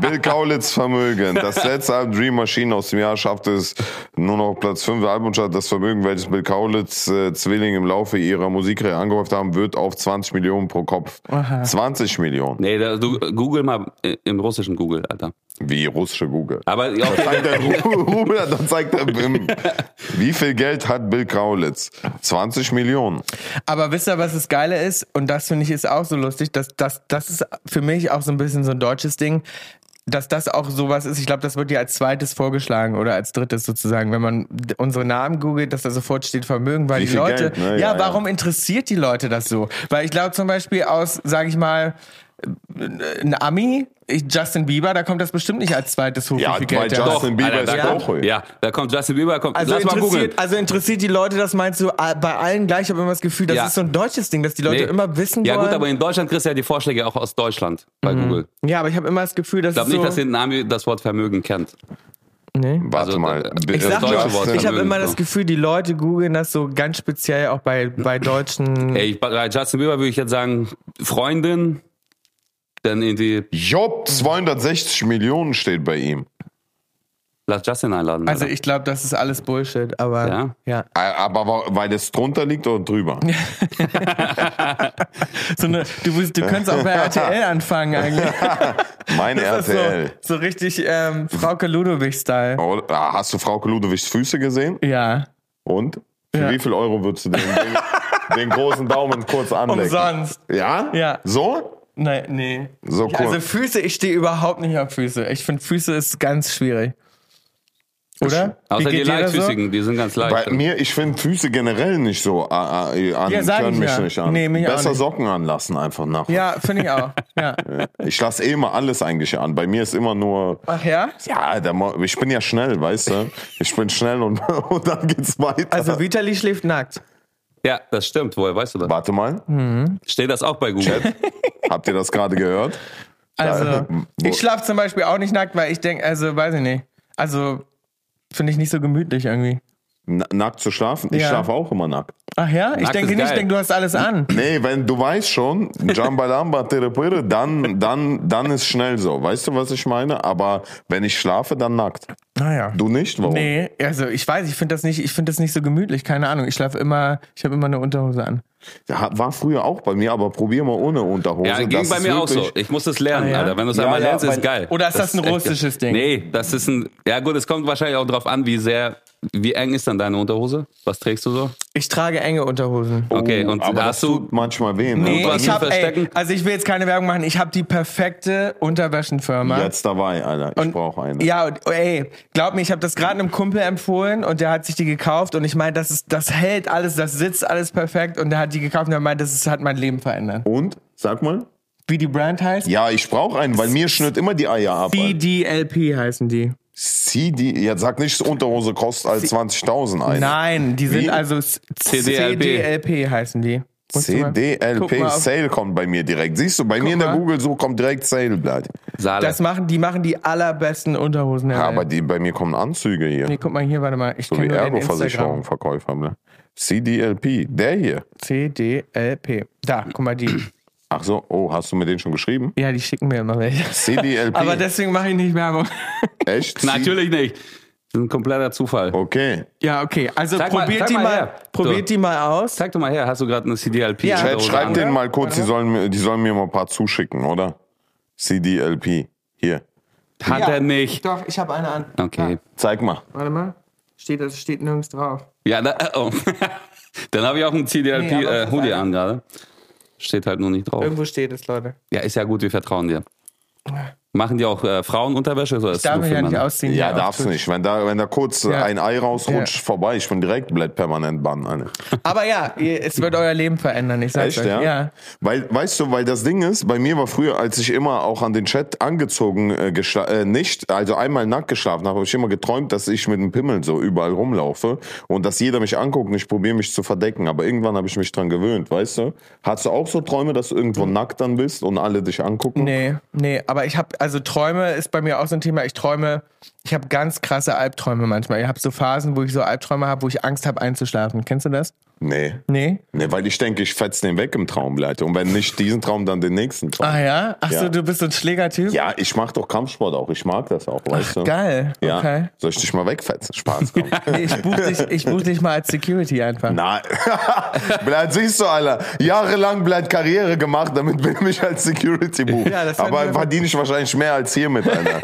B: Bill Kaulitz Vermögen. Das letzte Album Dream Machine aus dem Jahr schaffte es nur noch Platz 5 der Albumchart. Das Vermögen, welches Bill Kaulitz äh, Zwillinge im Laufe ihrer Musikkarriere angehäuft haben, wird auf 20 Millionen pro Kopf. 20 Millionen.
A: Nee, da, du, Google mal äh, im russischen Google, Alter.
B: Wie russische Google.
A: Aber ja, okay,
B: Zeigt er Ru- Rubel, dann zeigt er im, Wie viel Geld hat Bill Kaulitz? 20 Millionen.
C: Aber wisst ihr, was das Geile ist? Und das finde ich ist auch so lustig, dass das, das ist für mich auch so ein bisschen so ein deutsches Ding, dass das auch sowas ist. Ich glaube, das wird dir als zweites vorgeschlagen oder als drittes sozusagen, wenn man d- unsere Namen googelt, dass da sofort steht Vermögen, weil
B: Wie
C: die
B: viel
C: Leute.
B: Geld, ne?
C: ja,
B: Ja, ja.
C: warum interessiert die Leute das so? Weil ich glaube zum Beispiel aus, sage ich mal, äh, ein Ami, ich, Justin Bieber, da kommt das bestimmt nicht als zweites hoch,
B: Ja,
C: wie viel
B: weil
C: Geld der hat.
B: Justin Bieber
A: Alter,
B: ist
A: da
B: auch hoch.
A: ja, da kommt Justin Bieber, kommt,
C: Also
A: lass mal googeln.
C: interessiert, also interessiert die Leute, das meinst du ah, bei allen gleich, ich habe immer das Gefühl, das
A: Ja.
C: ist so ein deutsches Ding, dass die Leute
A: Nee.
C: immer wissen
A: Ja
C: wollen.
A: gut, aber in Deutschland kriegst du ja die Vorschläge auch aus Deutschland bei Google.
C: ja, aber ich habe immer das Gefühl, dass
A: Ich glaube
C: es so, Mhm.
A: nicht, dass hinten Ami das Wort Vermögen kennt.
C: nee.
B: Warte
A: Also,
B: mal.
A: äh,
B: Bill
C: Ich, sag
A: Das deutsche Wort
C: mal, ich habe
A: Vermögen,
C: immer
A: so.
C: das Gefühl, die Leute googeln das so ganz speziell auch bei, bei deutschen.
A: Ey, ich- bei Justin Bieber würde ich jetzt sagen, Freundin, dann in die,
B: Job, 260 Millionen steht bei ihm.
A: lass Justin einladen.
C: Also
A: Alter.
C: ich glaube, das ist alles Bullshit, aber
A: Ja?
C: ja.
B: Aber wa- weil es drunter liegt oder drüber?
C: So eine, du, musst- du könntest auch bei RTL anfangen eigentlich.
B: Mein
C: Das ist
B: RTL.
C: So, so richtig ähm, Frauke Ludowig-Style.
B: Oh, ah, hast du Frau Ludowichs Füße gesehen?
C: Ja.
B: Und? Für
C: Ja.
B: wie viel Euro würdest du den, den, den großen Daumen kurz anlegen?
C: Umsonst.
B: Ja?
C: Ja.
B: So?
C: Nein, nee.
B: So
C: Ja,
B: cool.
C: Also Füße, ich stehe überhaupt nicht auf Füße. Ich finde Füße ist ganz schwierig. Oder? Wie
A: Außer
C: geht
A: die
C: dir das so?
A: Leichtfüßigen, die sind ganz
B: Bei
A: leicht.
B: mir, ich finde Füße generell nicht so ah, ah, äh, an,
C: Ja, sag
B: hören
C: ich
B: mich
C: ja.
B: nicht an.
C: Nee, mich auch
B: Besser
C: nicht.
B: Socken anlassen einfach nach.
C: Ja, finde ich auch. Ja.
B: Ich lasse eh immer alles eigentlich an. Bei mir ist immer nur,
C: Ach ja?
B: ja, der Mo- ich bin ja schnell, weißt du? Ich bin schnell und, und dann geht's weiter.
C: Also Vitali schläft nackt.
A: Ja, das stimmt. Woher weißt du das?
B: Warte mal,
A: Steht das auch bei Google?
B: habt ihr das gerade gehört?
C: Also
B: Wo-
C: ich schlafe zum Beispiel auch nicht nackt, weil ich denke, also weiß ich nicht. Also finde ich nicht so gemütlich irgendwie.
B: Na- Nackt zu schlafen? Ich
C: Ja.
B: schlafe auch immer nackt.
C: Ach ja? ich
A: Nackt
C: denke
A: ist
C: nicht, ich
A: geil.
C: denke, du hast alles an.
B: Nee, wenn du weißt schon, Jambalamba, Terepere, dann, dann, dann ist schnell so. Weißt du, was ich meine? Aber wenn ich schlafe, dann nackt.
C: Naja.
B: Du nicht? Warum?
C: Nee, also ich weiß, ich finde das nicht, ich finde das nicht so gemütlich, keine Ahnung. Ich schlafe immer, ich habe immer eine Unterhose an.
B: Ja, War früher auch bei mir, aber probier mal ohne Unterhose.
A: Ja, ging
B: also Das
A: bei
B: ist
A: mir auch so.
B: wirklich-
A: Ich muss das lernen,
C: Ah, ja?
A: Alter. Wenn du es
B: Ja,
A: einmal
B: ja,
A: lernst, ist
B: weil-
A: geil.
C: Oder ist das ein
A: echt
C: russisches
A: geil.
C: Ding?
A: Nee, das ist ein. Ja, gut, es kommt wahrscheinlich auch drauf an, wie sehr wie eng ist dann deine Unterhose? Was trägst du so?
C: Ich trage enge Unterhosen.
A: Okay, und
B: oh, aber
A: da
B: das
A: hast du
B: tut manchmal weh. Ne?
A: was
C: ich
A: zum
C: hab, ey,
A: Verstecken?
C: also ich will jetzt keine Werbung machen. Ich habe die perfekte Unterwäschenfirma.
B: Jetzt dabei, Alter. Ich
C: Und-
B: brauche eine.
C: Ja, und, oh, ey, glaub mir, ich habe das gerade einem Kumpel empfohlen und der hat sich die gekauft und ich meine, das ist, das hält alles, das sitzt alles perfekt und der hat die gekauft und er meint, das ist, hat mein Leben verändert.
B: Und? Sag mal.
C: Wie die Brand heißt?
B: Ja, ich brauche einen, weil mir schnürt immer die Eier ab. Alter.
C: CDLP heißen die.
B: CD. Jetzt sag nicht, Unterhose kostet als 20.000 ein.
C: Nein, die sind
B: Wie?
C: also s-
A: CDLP.
C: CDLP heißen die. Musst du mal- Guck
B: CDLP
C: mal auf-
B: Sale kommt bei mir direkt. Siehst du, bei mir in der
C: mal.
B: Google so kommt direkt Sale, Blatt.
A: Saale.
C: Das machen, die machen die allerbesten Unterhosen der
B: Ja,
C: Welt.
B: aber die, bei mir kommen Anzüge hier.
C: Nee, guck mal hier, warte mal, ich
B: so wie
C: kenne nur den
B: Ergo-Versicherung,
C: Instagram.
B: Verkäufer. ne? Blatt. CDLP, der hier.
C: CDLP. Da, guck mal die.
B: Ach so, oh, hast du mir den schon geschrieben?
C: Ja, die schicken mir immer welche.
B: CDLP.
C: Aber deswegen mache ich nicht Werbung.
B: Echt?
A: Natürlich nicht. Das ist ein kompletter Zufall.
B: Okay.
C: Ja, okay. Also
A: Zeig mal-
C: probiert
A: zeig
C: die
A: mal
C: mal,
A: her.
C: probiert
A: So.
C: die mal aus.
A: Zeig doch mal her, hast du gerade eine CDLP?
C: Ja.
B: Chat,
A: Unterhose
B: schreib
A: an?
B: denen mal kurz, die sollen, mir- die sollen mir mal ein paar zuschicken, oder? CDLP. Hier.
A: Hat
C: Ja.
A: er nicht.
C: Doch, ich habe eine an.
A: Okay.
B: Zeig mal.
C: Warte mal. Steht, das steht nirgends drauf.
A: Ja, da, oh. dann habe ich auch einen CDLP
C: Nee, aber
A: äh,
C: das
A: Hoodie
C: eine-
A: an gerade. Steht halt nur nicht drauf.
C: Irgendwo steht es, Leute.
A: Ja, ist ja gut, wir vertrauen dir. Machen die auch äh, Frauenunterwäsche? Oder ist
C: Darf
A: nur
C: ich
A: für
C: ja nicht
A: Männer?
C: ausziehen.
B: Ja,
C: hier
B: darfst
C: auf-
B: du nicht. Wenn da, wenn da kurz äh,
C: Ja.
B: ein Ei rausrutscht, vorbei. Ich bin direkt bleibt permanent bannen. Alter.
C: Aber ja, ihr- es wird euer Leben verändern, ich sag's
B: Echt,
C: euch.
B: ja?
C: ja.
B: Weil, weißt du, weil das Ding ist, bei mir war früher, als ich immer auch an den Chat angezogen äh, geschla- äh, nicht, also einmal nackt geschlafen habe, habe ich immer geträumt, dass ich mit dem Pimmel so überall rumlaufe und dass jeder mich anguckt und ich probiere mich zu verdecken. Aber irgendwann habe ich mich dran gewöhnt, weißt du? Hast du auch so Träume, dass du irgendwo nackt dann bist und alle dich angucken?
C: Mhm. Nee, nee, aber ich habe also Träume ist bei mir auch so ein Thema. Ich träume, ich habe ganz krasse Albträume manchmal. Ich habe so Phasen, wo ich so Albträume habe, wo ich Angst habe einzuschlafen. Kennst du das?
B: Nee.
C: Nee?
B: Nee, weil ich denke, ich fetze den weg im Traum, Leute. Und wenn nicht diesen Traum, dann den nächsten Traum.
C: Ah ja? Ach so,
B: Ja.
C: du bist so ein Schlägertyp?
B: Ja, ich mach doch Kampfsport auch. Ich mag das auch, weißt du?
C: Geil.
B: Ja.
C: Okay.
B: Soll ich dich mal wegfetzen? Spaß komm.
C: Nee, ich buch dich, ich buch dich mal als Security einfach.
B: Nein. Bleib, siehst du, Alter. Jahrelang bleib Karriere gemacht, damit bin mich als Security buchen.
C: Ja, das
B: Aber
C: werden wir-
B: verdiene ich wahrscheinlich mehr als hier mit, Alter.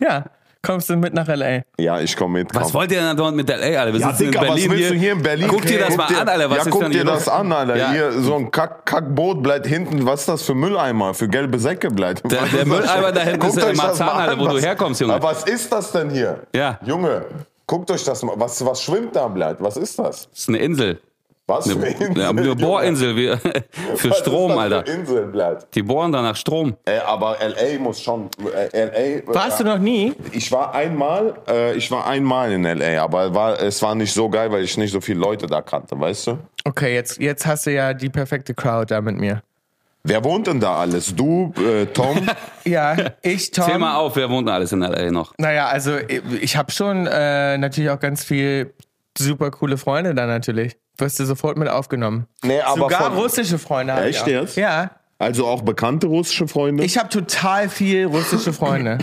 C: Ja, kommst du mit nach L.A.
B: ja, ich komme mit.
A: Was
B: komm.
A: wollt ihr denn dort mit LA, Alter? Wir
B: ja,
A: sitzen
B: Digga,
A: in Berlin
B: was willst du hier in Berlin?
A: Guck dir das mal an, Alter. Was
B: ja,
A: ist
B: guck
A: denn
B: dir
A: hier los?
B: das an, Alter.
A: Ja.
B: Hier, so ein Kack, Kackboot bleibt hinten. Was ist das für Mülleimer? Für gelbe Säcke bleibt.
A: Der-
B: Was
A: der
B: ist das?
A: Mülleimer da hinten
B: Guckt
A: ist ja
B: euch das mal
A: Marzahn,
B: an,
A: Alter, wo du
B: was-
A: herkommst, Junge.
B: Aber Was ist das denn hier?
A: Ja.
B: Junge, guckt euch das mal. Was, was schwimmt da, bleibt? Was ist das?
A: Das ist eine Insel.
B: Was
A: Eine,
B: für Insel,
A: ja, eine
B: Junge?
A: Bohrinsel wir- für
B: Was ist
A: Strom,
B: das für
A: Alter.
B: Insel bleibt.
A: Die bohren da nach Strom.
B: Äh, aber LA muss schon. Äh, LA,
C: Warst du noch nie?
B: Ich war einmal, äh, ich war einmal in LA, aber war, es war nicht so geil, weil ich nicht so viele Leute da kannte, weißt du?
C: Okay, jetzt, jetzt hast du ja die perfekte Crowd da mit mir.
B: Wer wohnt denn da alles? Du, äh, Tom?
C: Ja, ich, Tom.
A: Zähl mal auf, wer wohnt denn alles in LA noch?
C: Naja, also ich, ich habe schon äh, natürlich auch ganz viel super coole Freunde da natürlich. Wirst du sofort mit aufgenommen.
B: nee, aber
C: Sogar
B: von,
C: russische Freunde. hab ich
B: Echt
C: auch.
B: jetzt?
C: Ja.
B: Also auch bekannte russische Freunde?
C: Ich habe total viel russische Freunde.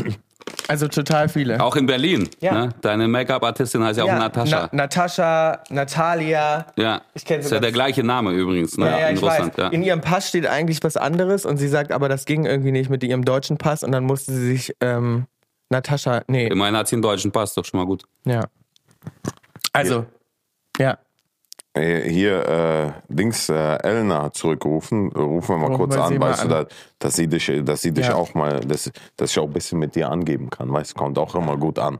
C: Also total viele.
A: Auch in Berlin.
C: Ja.
A: Ne? Deine Make-up-Artistin heißt ja,
C: ja,
A: auch Natascha.
C: Na, Natascha, Natalia.
A: ja.
C: Ich kenn sie
A: Ist ja
C: ganz-
A: der gleiche Name übrigens ne?
C: Ja, ja,
A: in
C: ich
A: Russland.
C: weiß.
A: Ja.
C: In ihrem Pass steht eigentlich was anderes und sie sagt, aber das ging irgendwie nicht mit ihrem deutschen Pass und dann musste sie sich ähm, Natascha, nee,
A: Immerhin hat sie einen deutschen Pass, doch schon mal gut.
C: ja. Also, ja.
B: Äh, hier, äh, Dings, äh, Elena hat zurückgerufen. Rufen wir mal
C: Rufen
B: kurz
C: wir Oh, sie
B: an,
C: mal
B: weißt du,
C: an.
B: dass, dass sie dich, dass sie dich
C: Ja.
B: auch mal, dass, dass ich auch ein bisschen mit dir angeben kann, weißt du, kommt auch immer gut an.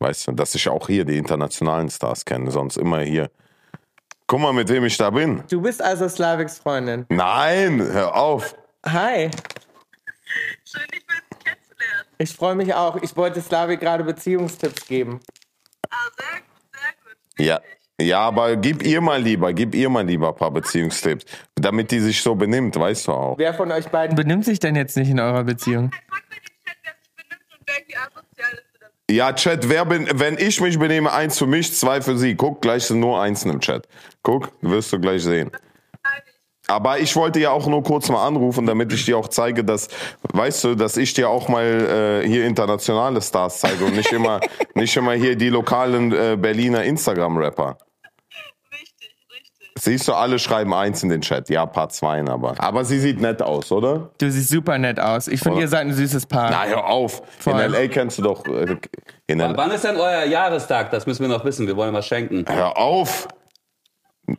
B: Weißt du, dass ich auch hier die internationalen Stars kenne, sonst immer hier. Guck mal, mit wem ich da bin.
C: Du bist also Slaviks Freundin.
B: Nein, hör auf.
C: Hi,
E: Schön, dich mal kennenzulernen.
C: ich freue mich auch. Ich wollte Slavik gerade Beziehungstipps geben.
E: Ah, sehr gut, sehr gut.
B: Ja. Ja, aber gib ihr mal lieber, gib ihr mal lieber ein paar Beziehungstipps, damit die sich so benimmt, weißt du auch.
C: Wer von euch beiden benimmt sich denn jetzt nicht in eurer Beziehung?
E: Hey, frag mal den Chat, wer sich benimmt und wer wie asozial ist. oder so.
B: Ja, Chat, wer bin, wenn ich mich benehme, eins für mich, zwei für sie. Guck, gleich sind nur Einsen im Chat. Guck, wirst du gleich sehen.
E: Nein, ich-
B: Aber ich wollte ja auch nur kurz mal anrufen, damit ich dir auch zeige, dass, weißt du, dass ich dir auch mal äh, hier internationale Stars zeige und nicht immer, nicht immer hier die lokalen äh, Berliner Instagram-Rapper.
E: Richtig, richtig.
B: Siehst du, alle schreiben eins in den Chat. Ja, Part 2, aber. Aber sie sieht nett aus, oder?
C: Du siehst super nett aus. Ich finde,
B: Oder?
C: ihr seid ein süßes Paar.
B: Na, hör auf. In
C: allem.
B: L.A. kennst du doch. äh, In L.A.
A: Wann ist denn euer Jahrestag? Das müssen wir noch wissen. Wir wollen was schenken.
B: Hör auf!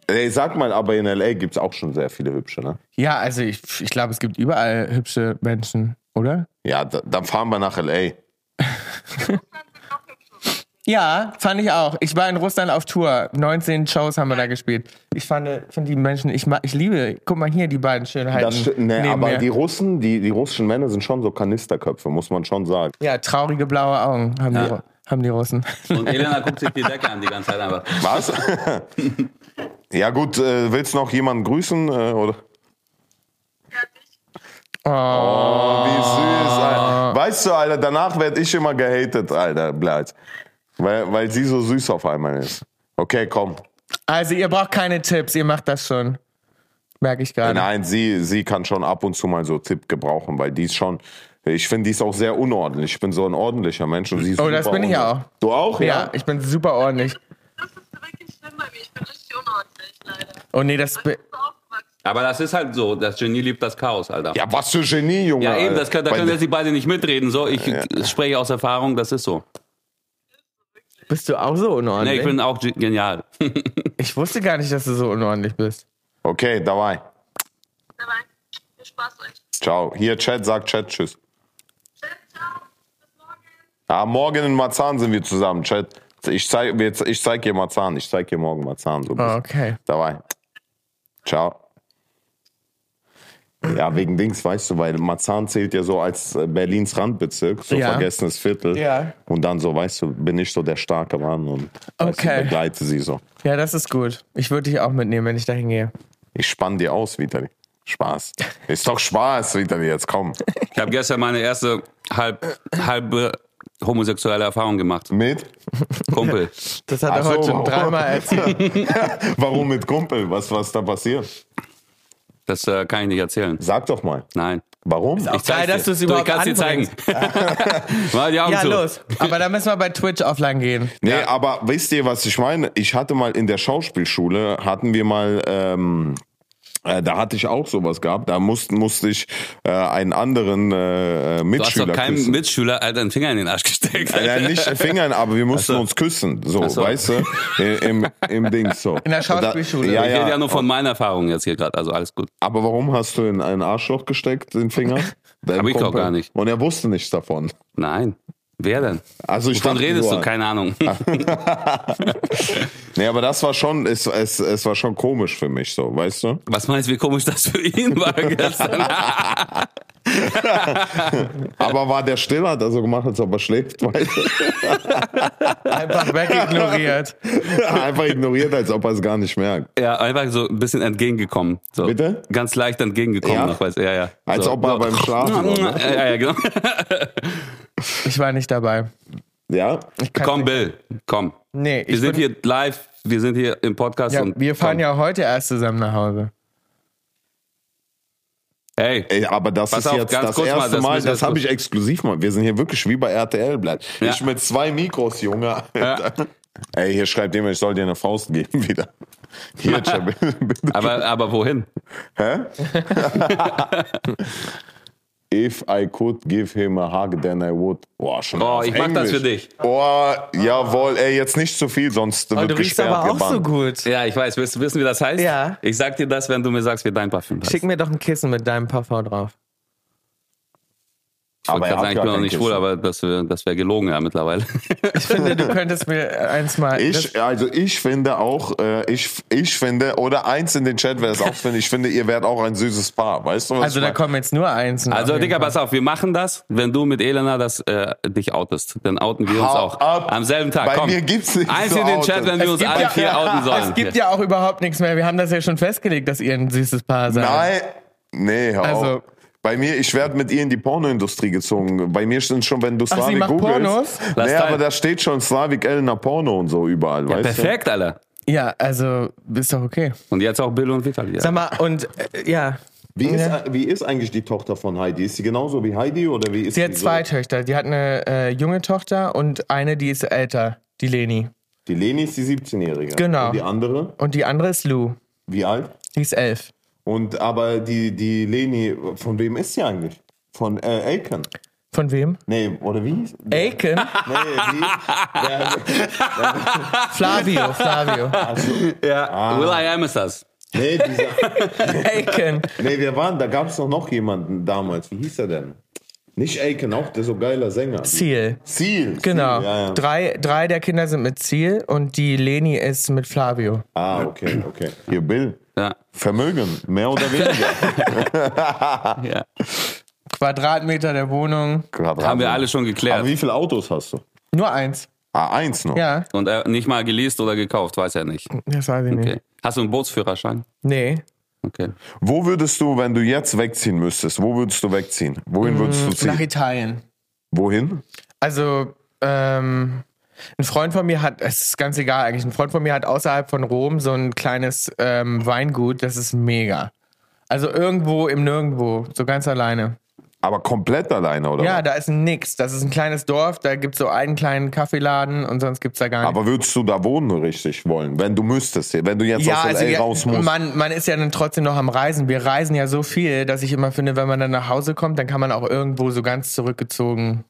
B: Ey, sag mal, aber in L.A. gibt's auch schon sehr viele hübsche, ne?
C: Ja, also ich, ich glaube, es gibt überall hübsche Menschen, oder?
B: Ja, da, dann fahren wir nach L.A.
C: Ja, fand ich auch. Ich war in Russland auf Tour. 19 Shows haben wir da gespielt. Ich fand, finde die Menschen, ich, mag, ich liebe, guck mal hier, die beiden Schönheiten.
B: Das stimmt, ne,
C: neben
B: aber
C: mir.
B: die Russen, die, die russischen Männer sind schon so Kanisterköpfe, muss man schon sagen.
C: ja, traurige blaue Augen haben, die, Ru- haben die Russen.
A: Und Elena guckt sich die Decke an die ganze Zeit einfach.
B: Was? ja gut, äh, willst noch jemanden grüßen? Äh, oder? Oh, wie süß,
C: Ah.
B: Alter. Weißt du, Alter, danach werde ich immer gehatet, Alter, Blatz. Weil, weil sie so süß auf einmal ist. Okay, komm.
C: Also ihr braucht keine Tipps, ihr macht das schon. Merke ich gerade.
B: Nein, sie, sie kann schon ab und zu mal so Tipp gebrauchen, weil die ist schon. Ich finde, die ist auch sehr unordentlich. Ich bin so ein ordentlicher Mensch und sie ist
C: Oh, das
B: super
C: bin ich
B: ordentlich.
C: auch.
B: Du auch, ja?
C: Ja, ich bin super ordentlich.
E: Das ist wirklich schlimm bei mir. Ich bin richtig unordentlich, leider.
C: Oh nee, das... be-
E: So aufgewachsen.
A: Aber das ist halt so. Das Genie liebt das Chaos, Alter.
B: Ja, was für Genie, Junge.
A: Ja, eben,
B: Alter.
A: das kann, da
B: Bei-
A: können jetzt die beiden nicht mitreden. So, ich äh, spreche aus Erfahrung, das ist so.
C: Bist du auch so
A: Nee,
C: unordentlich?
A: ich bin auch ge- genial.
C: ich wusste gar nicht, dass du so unordentlich bist.
B: Okay, dabei.
E: Dabei, viel Spaß euch.
B: Ciao. Hier, Chat, sagt Chat, tschüss.
E: Ciao, ciao. Bis morgen.
B: Ah, morgen in Marzahn sind wir zusammen, Chat. Ich zeig, wir- ich zeig dir Marzahn. Ich zeig dir morgen Marzahn. So ein bisschen.
C: Ah, Oh, Okay.
B: Dabei. Ciao. Ja, wegen Dings, weißt du, weil Marzahn zählt ja so als äh, Berlins Randbezirk, so
C: Ja.
B: vergessenes Viertel.
C: Ja.
B: Und dann so, weißt du, bin ich so der starke Mann und weißt du,
C: Okay.
B: begleite sie so.
C: Ja, das ist gut. Ich würde dich auch mitnehmen, wenn ich dahin gehe.
B: Ich spann dir aus, Vitali. Spaß. Ist doch Spaß, Vitali, jetzt komm.
A: Ich habe gestern meine erste halb, halbe homosexuelle Erfahrung gemacht.
B: Mit?
A: Kumpel.
C: Das hat er
B: Ach so,
C: heute
B: warum?
C: schon dreimal erzählt.
B: Warum mit Kumpel? Was, was da passiert?
A: Das äh, kann ich nicht erzählen.
B: Sag doch mal.
A: Nein.
B: Warum?
A: Ich zeig's
C: geil, dass
A: dir.
C: du's
A: du
C: überhaupt
A: kannst dir zeigen. Mal die Augen
C: Ja,
A: zu.
C: los. Aber da müssen wir bei Twitch offline gehen.
B: Nee, aber wisst ihr, was ich meine? Ich hatte mal in der Schauspielschule, hatten wir mal, ähm, äh, da hatte ich auch sowas gehabt. Da musste, musste ich äh, einen anderen äh, äh,
A: Du hast doch
B: Mitschüler
A: keinem
B: küssen.
A: Mitschüler Alter, einen Finger in den Arsch gesteckt.
B: Äh, ja, nicht Fingern, aber wir mussten uns küssen. So,
A: so.
B: weißt du? I- Im, Im Ding so. In
C: der Schauspielschule.
B: Da,
A: ich
B: ja,
A: rede
B: ja.
A: ja nur von meiner Erfahrung jetzt hier gerade, also alles gut.
B: Aber warum hast du in ein Arschloch gesteckt, den Finger? Dein
A: Hab ich doch
B: Kumpel.
A: gar nicht.
B: Und er wusste nichts davon.
A: Nein. Wer denn?
B: Also ich
A: Wovon
B: dachte
A: redest
B: nur-
A: du? Keine Ahnung.
B: Nee, aber das war schon, es, es, es war schon komisch für mich so, weißt du?
A: Was meinst du, wie komisch das für ihn war gestern?
B: Aber war der still, hat er so gemacht, als ob er schläft, weißt du?
C: Einfach wegignoriert.
B: Einfach ignoriert, als ob er es gar nicht merkt.
A: ja, einfach so ein bisschen entgegengekommen. So.
B: Bitte?
A: Ganz leicht entgegengekommen.
B: Ja?
A: Noch, weißt, du, ja, ja.
B: Als
A: so.
B: ob er
A: so.
B: beim Schlafen war. Ne?
A: Ja, ja, genau.
C: Ich war nicht dabei.
B: Ja?
A: komm, Bill, komm.
C: Nee,
A: Wir
C: ich
A: sind
C: bin,
A: hier live, wir sind hier im Podcast.
C: ja,
A: und
C: wir fahren
A: komm.
C: ja heute erst zusammen nach Hause.
A: Hey,
B: Ey, aber das
A: Pass
B: ist
A: auf,
B: jetzt
A: ganz
B: das
A: kurz mal,
B: erste
A: das
B: Mal,
A: müssen wir
B: das
A: jetzt
B: habe
A: kurz-
B: ich exklusiv mal. Wir sind hier wirklich wie bei RTL bleibt.
A: Ja.
B: Ich mit zwei Mikros, Junge. Alter. Ey, hier schreibt jemand, ich soll dir eine Faust geben wieder. Hier, Chab- bitte.
A: aber, aber wohin?
B: If I could give him a hug, then I would. Boah, schon
A: Oh,
B: auf
A: ich mach das
B: Englisch.
A: für dich.
B: Oh, jawohl, ey, jetzt nicht zu viel, sonst
C: Oh,
B: wird
C: du riechst
B: gesperrt,
C: aber auch
B: gebannt.
C: so gut.
A: Ja, ich weiß. Willst du wissen, wie das heißt?
C: Ja.
A: Ich sag dir das, wenn du mir sagst, wie dein Parfüm heißt.
C: Schick mir doch ein Kissen mit deinem Parfum drauf.
A: ich wollte
B: er
A: gerade
B: hat
A: sagen, ich
B: gar
A: bin noch
B: kein
A: nicht
B: Kissen.
A: schwul, aber das wäre das wär gelogen ja mittlerweile.
C: Ich finde, du könntest mir eins mal.
B: Ich, also ich finde auch, äh, ich, ich finde, oder eins in den Chat, wer es auch findet, ich finde, ihr werdet auch ein süßes Paar, weißt du was
C: also
B: ich
C: da
B: mein?
C: kommen jetzt nur eins.
A: Also,
C: Auf jeden
A: Digga,
C: Fall.
A: pass auf, wir machen das, wenn du mit Elena das, äh, dich outest. Dann outen wir uns
B: Hau
A: auch.
B: ab.
A: Am selben Tag.
B: Bei
A: Komm.
B: mir gibt's nicht
A: Eins
B: zu
A: in den
B: outen.
A: Chat, wenn wir
B: Es
A: uns
B: gibt
A: alle
B: ja-
A: vier outen sollen.
C: Es gibt ja auch überhaupt nichts mehr. Wir haben das ja schon festgelegt, dass ihr ein süßes Paar seid.
B: Nein, nee, hör
C: Also-
B: auf. Bei mir, ich werde mit ihr in die Pornoindustrie gezogen. Bei mir sind schon, wenn du
C: sie
B: Slavic
C: macht
B: googelst.
C: Pornos?
A: Lass
B: Nee,
A: teilen.
B: aber da steht schon Slavic Elena Porno und so überall, weißt
A: Perfekt, Alter.
C: Ja, also ist doch okay.
A: Und jetzt auch Bill und Vitali.
C: Sag mal, und äh, ja.
B: du? Wie ist, wie ist eigentlich die Tochter von Heidi? Ist sie genauso wie Heidi oder wie ist
C: Sie hat
B: die
C: zwei
B: So?
C: Töchter. Die hat eine äh, junge Tochter und eine, die ist älter, die Leni.
B: Die Leni ist die 17-Jährige.
C: Genau.
B: Und die andere?
C: Und die andere ist Lou.
B: Wie alt?
C: Die ist elf.
B: Und aber die, die Leni, von wem ist sie eigentlich? Von äh, Elkan.
C: Von wem?
B: Nee, oder wie? hieß- Nee,
C: Aiken?
B: wie?
C: Flavio, Flavio.
A: Ja. Will I Am ist das.
B: Nee, dieser,
C: Aiken.
B: nee, wir waren, da gab es noch, noch jemanden damals. Wie hieß er denn? Nicht Aiken, auch der so geiler Sänger.
C: Ziel.
B: Ziel.
C: Genau.
B: Ziel, ja, ja.
C: Drei, drei der Kinder sind mit Ziel und die Leni ist mit Flavio.
B: Ah, okay, okay. Hier, Bill.
A: Ja.
B: Vermögen, mehr oder weniger.
A: ja.
C: Quadratmeter der Wohnung.
A: Haben wir alle schon
B: Aber
A: geklärt.
B: wie viele Autos hast du?
C: Nur eins.
B: Ah, eins noch.
C: Ja,
A: Und äh, nicht mal geleast oder gekauft, weiß er nicht.
C: das weiß ich nicht.
A: Okay. Hast du einen Bootsführerschein?
C: Nee.
A: Okay.
B: Wo würdest du, wenn du jetzt wegziehen müsstest, wo würdest du wegziehen? Wohin würdest du
C: Mm, Nach
B: ziehen?
C: Italien.
B: Wohin?
C: Also, ähm, ein Freund von mir hat, es ist ganz egal eigentlich, ein Freund von mir hat außerhalb von Rom so ein kleines ähm, Weingut, das ist mega. Also irgendwo im Nirgendwo, so ganz alleine.
B: Aber komplett alleine, oder?
C: Ja,
B: was?
C: da ist nix. Das ist ein kleines Dorf, da gibt's so einen kleinen Kaffeeladen und sonst gibt's da gar nichts.
B: Aber würdest du da wohnen richtig wollen, wenn du müsstest, wenn du jetzt aus LA raus musst?
C: also man, man ist ja dann trotzdem noch am Reisen. Wir reisen ja so viel, dass ich immer finde, wenn man dann nach Hause kommt, dann kann man auch irgendwo so ganz zurückgezogen.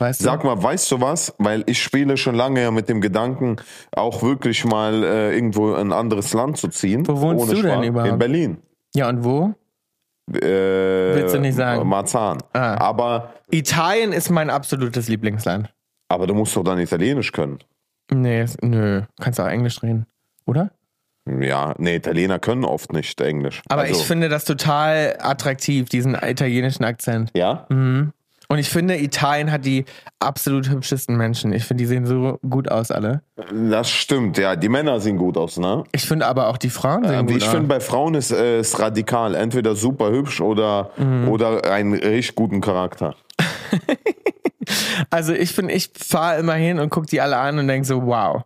C: Weißt du?
B: Sag mal, weißt du was? Weil ich spiele schon lange mit dem Gedanken, auch wirklich mal äh, irgendwo in ein anderes Land zu ziehen.
C: Wo wohnst du denn überhaupt?
B: In Berlin.
C: Ja, und wo?
B: Äh,
C: Willst du nicht sagen? Ah.
B: Marzahn. Aber,
C: Italien ist mein absolutes Lieblingsland.
B: aber du musst doch dann Italienisch können.
C: Nee, ist- nö. Kannst auch Englisch reden, oder?
B: Ja, nee, Italiener können oft nicht Englisch.
C: Aber
B: Also,
C: ich finde das total attraktiv, diesen italienischen Akzent.
B: Ja?
C: Mhm. Und ich finde, Italien hat die absolut hübschesten Menschen. Ich finde, die sehen so gut aus, alle.
B: Das stimmt, ja. Die Männer sehen gut aus, ne?
C: Ich finde aber auch die Frauen sehen
B: Aber
C: gut
B: Ähm, ich finde,
C: aus.
B: bei Frauen ist äh, es radikal. Entweder super hübsch oder,
C: Mhm.
B: oder einen richtig guten Charakter.
C: Also ich finde, ich fahre immer hin und gucke die alle an und denke so, wow.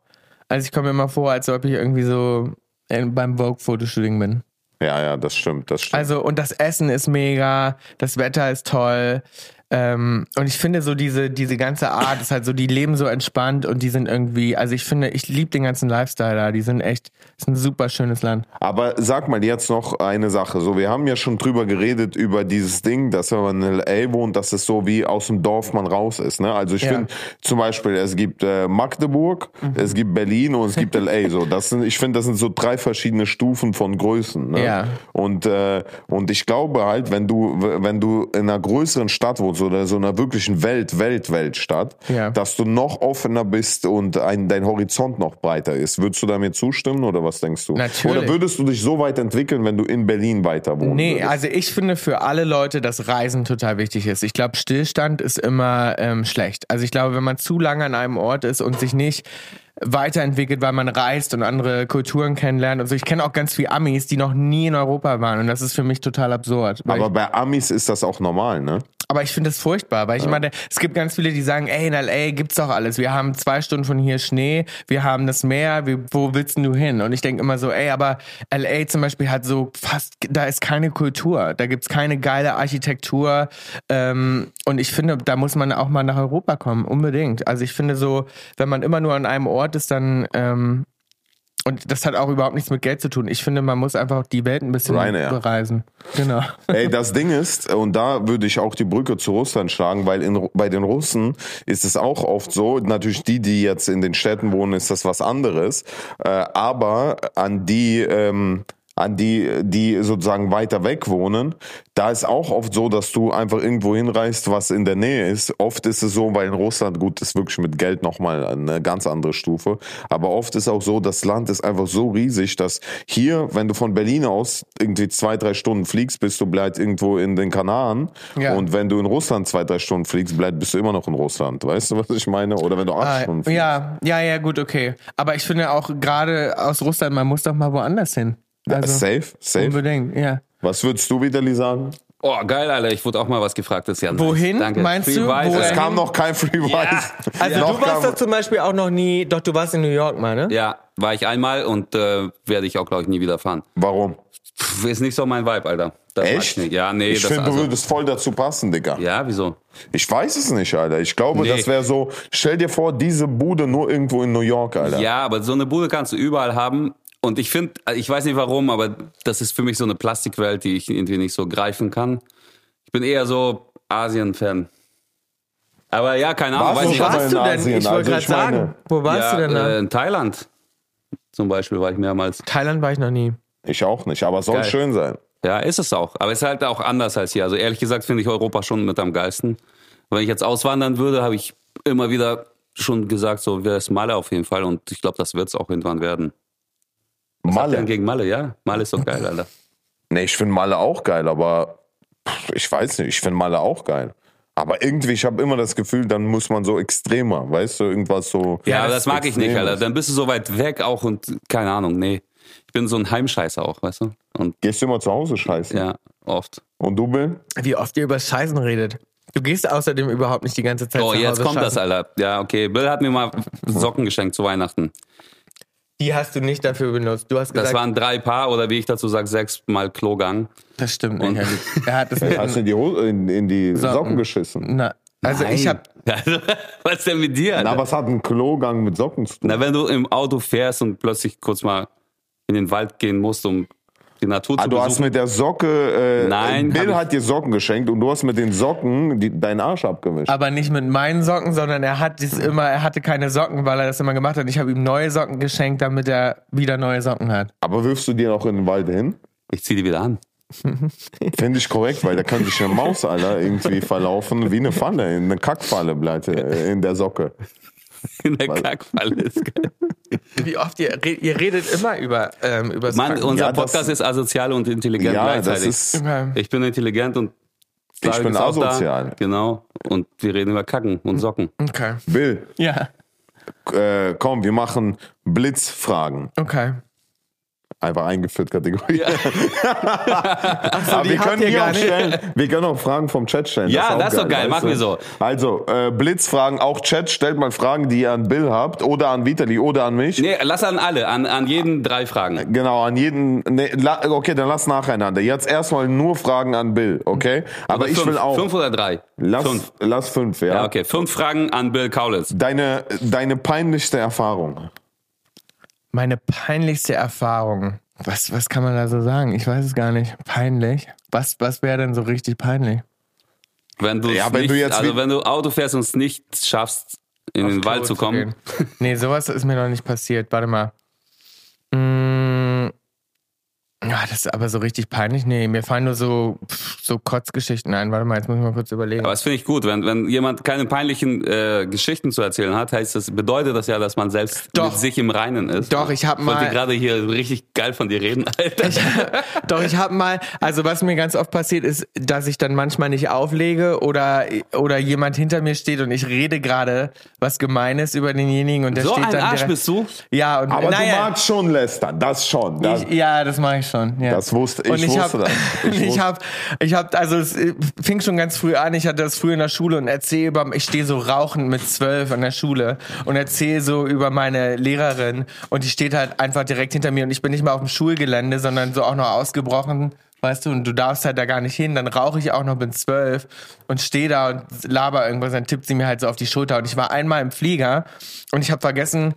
C: Also ich komme mir immer vor, als ob ich irgendwie so in, beim Vogue-Fotoshooting bin.
B: Ja, ja, das stimmt, das stimmt.
C: Also, und das Essen ist mega, das Wetter ist toll. Ähm, und ich finde so diese, diese ganze Art ist halt so, die leben so entspannt und die sind irgendwie, also ich finde, ich liebe den ganzen Lifestyle da. Die sind echt, ist ein super schönes Land.
B: Aber sag mal jetzt noch eine Sache. So, wir haben ja schon drüber geredet, über dieses Ding, dass wenn man in L.A. wohnt, dass es so wie aus dem Dorf man raus ist. Ne? Also ich
C: Ja. Mhm.
B: finde zum Beispiel, es gibt äh, Magdeburg, es gibt Berlin und es gibt L.A. So, das sind, ich finde, das sind so drei verschiedene Stufen von Größen. Ne?
C: Ja.
B: Und, äh, und ich glaube halt, wenn du, wenn du in einer größeren Stadt wohnst oder so einer wirklichen Welt, Welt, Weltstadt,
C: Ja.
B: dass du noch offener bist und ein, dein Horizont noch breiter ist. Würdest du damit zustimmen oder was denkst du?
C: Natürlich.
B: Oder würdest du dich so weit entwickeln, wenn du in Berlin weiter wohnst?
C: Nee, also ich finde für alle Leute, dass Reisen total wichtig ist. Ich glaube, Stillstand ist immer ähm, schlecht. Also ich glaube, wenn man zu lange an einem Ort ist und sich nicht weiterentwickelt, weil man reist und andere Kulturen kennenlernt und so. Ich kenne auch ganz viele Amis, die noch nie in Europa waren und das ist für mich total absurd. weil
B: Aber bei Amis ist das auch normal, ne?
C: Aber ich finde das furchtbar, weil ich meine, es gibt ganz viele, die sagen, ey, in L.A. gibt's doch alles. Wir haben zwei Stunden von hier Schnee, wir haben das Meer, wir, wo willst denn du hin? Und ich denke immer so, ey, aber L.A. zum Beispiel hat so fast, da ist keine Kultur, da gibt's keine geile Architektur. Ähm, und ich finde, da muss man auch mal nach Europa kommen, unbedingt. Also ich finde so, wenn man immer nur an einem Ort ist, dann... Ähm, und das hat auch überhaupt nichts mit Geld zu tun. Ich finde, man muss einfach die Welt ein bisschen
B: Ryanair.
C: bereisen. Genau.
B: Ey, das Ding ist, und da würde ich auch die Brücke zu Russland schlagen, weil in, Ru- bei den Russen ist es auch oft so, natürlich die, die jetzt in den Städten wohnen, ist das was anderes, äh, aber an die, ähm, an die, die sozusagen weiter weg wohnen, da ist auch oft so, dass du einfach irgendwo hinreist, was in der Nähe ist. Oft ist es so, weil in Russland, gut, ist wirklich mit Geld nochmal eine ganz andere Stufe, aber oft ist auch so, das Land ist einfach so riesig, dass hier, wenn du von Berlin aus irgendwie zwei, drei Stunden fliegst, bist du bleibt irgendwo in den Kanaren.
C: Ja.
B: Und wenn du in Russland zwei, drei Stunden fliegst, bleib, bist du immer noch in Russland. Weißt du, was ich meine? Oder wenn du acht
C: Ah,
B: Stunden fliegst.
C: ja, ja, ja, gut, okay. Aber ich finde auch gerade aus Russland, man muss doch mal woanders hin. Also
B: Äh, safe, safe.
C: unbedingt, ja.
B: Was würdest du, Vitali, sagen?
A: Oh, geil, Alter. Ich wurde auch mal was gefragt. Das ist ja nice.
C: Wohin?
A: Danke.
C: Meinst
A: Free
C: du?
A: Vibes.
C: Wohin?
B: Es kam noch kein Free Rides.
C: Also
B: Noch
C: du warst
B: kam-
C: doch zum Beispiel auch noch nie, doch du warst in New York mal, ne?
A: Ja, war ich einmal und äh, werde ich auch, glaube ich, nie wieder fahren.
B: Warum?
A: Pff, ist nicht so mein Vibe, Alter. Das mag
B: Echt?
A: Ich nicht. Ja, nee,
B: ich
A: das
B: finde, du
A: also,
B: würdest voll dazu passen, Digga.
A: Ja, wieso?
B: Ich weiß es nicht, Alter. Ich glaube,
A: Nee.
B: das wäre so, stell dir vor, diese Bude nur irgendwo in New York, Alter.
A: Ja, aber so eine Bude kannst du überall haben. Und ich finde, ich weiß nicht warum, aber das ist für mich so eine Plastikwelt, die ich irgendwie nicht so greifen kann. Ich bin eher so Asien-Fan. Aber ja, keine Ahnung.
B: Warst
A: weiß
B: du
A: nicht,
B: schon mal
A: was-
B: also in
C: warst du denn?
B: Asien,
C: Ich wollte
B: also ich
C: gerade
B: meine-
C: sagen, wo warst
A: ja,
C: du denn da?
A: Äh, in Thailand zum Beispiel war ich mehrmals.
C: Thailand war ich noch nie.
B: Ich auch nicht, aber es soll
A: Geil.
B: schön sein.
A: Ja, ist es auch. Aber es ist halt auch anders als hier. Also ehrlich gesagt finde ich Europa schon mit am geilsten. Wenn ich jetzt auswandern würde, habe ich immer wieder schon gesagt, so wäre es Malle auf jeden Fall. Und ich glaube, das wird es auch irgendwann werden. Dann
B: Malle.
A: gegen Malle, ja? Malle ist doch geil, Alter.
B: Nee, ich finde Malle auch geil, aber pff, ich weiß nicht, ich finde Malle auch geil. Aber irgendwie, ich habe immer das Gefühl, dann muss man so extremer, weißt du, irgendwas so.
A: Ja, aber das mag ich nicht,
B: Extremes.
A: Alter. Dann bist du so weit weg auch und keine Ahnung, nee. Ich bin so ein Heimscheißer auch, weißt du? Und
B: Gehst du immer zu Hause scheißen?
A: ja, oft.
B: Und du, Bill?
C: Wie oft ihr über Scheißen redet. Du gehst außerdem überhaupt nicht die ganze Zeit
A: Oh,
C: zu
A: jetzt
C: Hause
A: kommt das,
C: shoppen.
A: Alter. Ja, okay. Bill hat mir mal Socken geschenkt zu Weihnachten.
C: Die hast du nicht dafür benutzt. Du hast
A: Das
C: gesagt,
A: waren drei Paar oder wie ich dazu sage, sechs Mal Klogang.
C: das stimmt nicht. Herr Lieb. Er hat es mit
B: Hast du in die, Hose, in, in die Socken. geschissen?
C: Na, also ich
A: Nein.
C: habe
A: Also, was denn mit dir?
B: Na,
A: Alter?
B: was hat ein Klogang mit Socken zu tun?
A: Na, wenn du im Auto fährst und plötzlich kurz mal in den Wald gehen musst, um die Natur
B: Ah,
A: zu
B: du hast
A: besuchen.
B: mit der Socke. Äh,
A: Nein, hab
B: Bill
A: ich-
B: hat dir Socken geschenkt und du hast mit den Socken die, deinen Arsch abgewischt.
C: aber nicht mit meinen Socken, sondern er hat das immer, er hatte keine Socken, weil er das immer gemacht hat. Ich habe ihm neue Socken geschenkt, damit er wieder neue Socken hat.
B: Aber wirfst du dir auch in den Wald hin?
A: Ich zieh die wieder an.
B: Finde ich korrekt, weil da kann sich eine Maus, Alter, irgendwie verlaufen wie eine Falle, eine Kackfalle bleibt äh, in der Socke.
A: In der Kackfalle ist geil.
C: Wie oft ihr, re- ihr redet immer über ähm, über
A: Mann, unser
B: Ja, das-
A: Podcast ist asozial und intelligent
B: Ja, das
A: gleichzeitig.
B: ist.
A: ich bin intelligent und David
B: bin
A: ist auch
B: asozial.
A: Da. Genau. Und wir reden über Kacken und Socken.
C: Okay.
B: Bill,
C: Ja.
B: äh, komm, wir machen Blitzfragen.
C: Okay.
B: Einfach eingeführt Kategorie. Aber wir
C: habt
B: können
C: ihr
B: hier
C: gar
B: auch
C: nicht.
B: stellen, wir können auch Fragen vom Chat stellen.
A: Ja, das ist
B: auch
A: doch geil,
B: weißt
A: machen
B: du?
A: wir so.
B: Also, äh, Blitzfragen, auch Chat, stellt mal Fragen, die ihr an Bill habt oder an Vitali oder an mich.
A: Nee, lass an alle, an, an jeden drei Fragen.
B: Genau, an jeden. Nee, la, okay, dann lass nacheinander. Jetzt erstmal nur Fragen an Bill, okay? Aber
A: Mhm. Oder
B: ich
A: fünf,
B: will auch.
A: Fünf oder drei?
B: lass,
A: Fünf.
B: lass fünf, ja.
A: Ja, okay. Fünf Fragen an Bill Kaulitz.
B: Deine, deine peinlichste Erfahrung.
C: Meine peinlichste Erfahrung. Was, was kann man da so sagen? Ich weiß es gar nicht. Peinlich? Was, was wäre denn so richtig peinlich?
A: Wenn, du's
B: Ja, wenn
A: nicht,
B: du jetzt
A: also
B: wie-
A: wenn du Auto fährst und es nicht schaffst, in den Wald zu kommen.
C: gehen. nee, sowas ist mir noch nicht passiert. Warte mal. Mm, ja, das ist aber so richtig peinlich. Nee, mir fallen nur so, pff, so Kotzgeschichten ein. Warte mal, jetzt muss ich mal kurz überlegen.
A: Aber das finde ich gut. Wenn, wenn jemand keine peinlichen äh, Geschichten zu erzählen hat, heißt das, bedeutet das ja, dass man selbst
C: Doch.
A: mit sich im Reinen ist.
C: Doch, ich hab
A: Ich wollte
C: mal-
A: gerade hier richtig geil von dir reden, Alter.
C: Doch, ich habe mal, also was mir ganz oft passiert ist, dass ich dann manchmal nicht auflege oder, oder jemand hinter mir steht und ich rede gerade was Gemeines über denjenigen und der
A: so
C: steht
A: ein
C: dann
A: Arsch
C: direkt,
A: bist du.
C: Ja, und
B: Aber du
C: naja,
B: magst schon lästern, das schon. Das,
C: ich, ja, das mache ich schon. Ja.
B: Das wusste- ich
C: Und ich
B: wusste
C: hab,
B: das. Ich
C: Ich,
B: wusste-
C: habe, ich habe, also es äh, fing schon ganz früh an. Ich hatte das früh in der Schule und erzähle über, ich stehe so rauchend mit zwölf an der Schule und erzähle so über meine Lehrerin und die steht halt einfach direkt hinter mir und ich bin nicht mal auf dem Schulgelände, sondern so auch noch ausgebrochen. Weißt du, und du darfst halt da gar nicht hin, dann rauche ich auch noch, bin zwölf und stehe da und laber irgendwas, dann tippt sie mir halt so auf die Schulter. Und ich war einmal im Flieger und ich habe vergessen,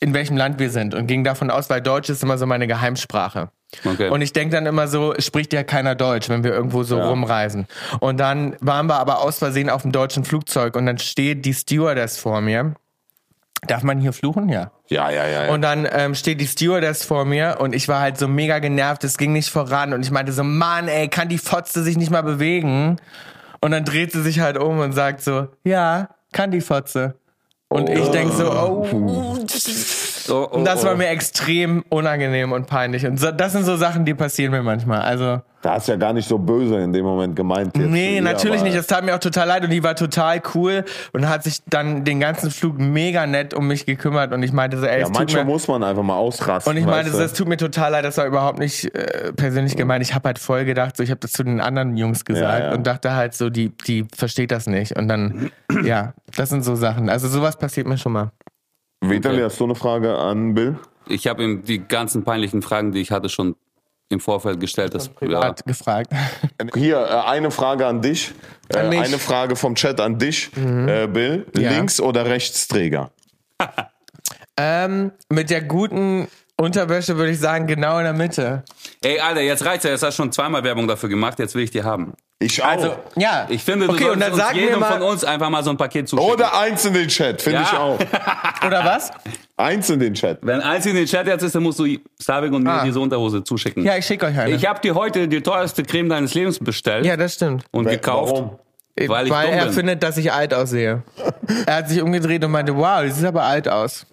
C: in welchem Land wir sind und ging davon aus, weil Deutsch ist immer so meine Geheimsprache.
A: Okay.
C: Und ich denke dann immer so, spricht ja keiner Deutsch, wenn wir irgendwo so rumreisen. Und dann waren wir aber aus Versehen auf dem deutschen Flugzeug und dann steht die Stewardess vor mir. Darf man hier fluchen? Ja.
B: ja, ja, ja. ja.
C: Und dann ähm, steht die Stewardess vor mir und ich war halt so mega genervt, es ging nicht voran und ich meinte so, Mann, ey, kann die Fotze sich nicht mal bewegen? Und dann dreht sie sich halt um und sagt so, ja, kann die Fotze. Und ich denk so, oh,
A: Oh, oh,
C: und das war
A: oh.
C: mir extrem unangenehm und peinlich. Und so, das sind so Sachen, die passieren mir manchmal. Also,
B: da hast du ja gar nicht so böse in dem Moment gemeint. Jetzt
C: nee,
B: Ja,
C: natürlich
B: aber-
C: nicht. Das tat mir auch total leid und die war total cool und hat sich dann den ganzen Flug mega nett um mich gekümmert und ich meinte so, ey,
B: Ja,
C: es tut
B: manchmal
C: mir...
B: muss man einfach mal ausrasten.
C: Und ich meinte,
B: weißt
C: so,
B: du?
C: es tut mir total leid, das war überhaupt nicht äh, persönlich gemeint. Ich habe halt voll gedacht, so, ich habe das zu den anderen Jungs gesagt
B: ja.
C: und dachte halt so, die, die versteht das nicht. Und dann, ja, das sind so Sachen. Also sowas passiert mir schon mal.
B: Vitali, hast du eine Frage an Bill?
A: Ich habe ihm die ganzen peinlichen Fragen, die ich hatte, schon im Vorfeld gestellt. Das, ja.
C: Hat gefragt.
B: Hier, äh, eine Frage an dich. Äh,
C: An mich. Mhm.
B: Eine Frage vom Chat an dich, äh, Bill.
C: Ja.
B: Links- oder Rechtsträger?
C: Ähm, mit der guten Unterwäsche würde ich sagen, genau in der Mitte.
A: Ey, Alter, jetzt reicht's ja. Jetzt hast du schon zweimal Werbung dafür gemacht. Jetzt will ich die haben.
B: Ich auch.
C: Also, ja.
A: Ich finde, du
C: Okay, und
A: solltest
C: dann
A: uns
C: sagen wir
A: jedem
C: mal-
A: von uns einfach mal so ein Paket zuschicken.
B: Oder eins in den Chat, finde
A: Ja.
B: ich auch.
C: Oder was?
B: Eins in den Chat.
A: Wenn eins in den Chat jetzt ist, dann musst du Slavik und mir
C: Ah.
A: diese Unterhose zuschicken.
C: Ja, ich schicke euch eine.
A: Ich habe dir heute die teuerste Creme deines Lebens bestellt
C: ja, das stimmt.
A: und gekauft,
B: Warum?
A: weil ich
C: er
A: dumm bin.
C: findet, dass ich alt aussehe. Er hat sich umgedreht und meinte, wow, das sieht aber alt aus.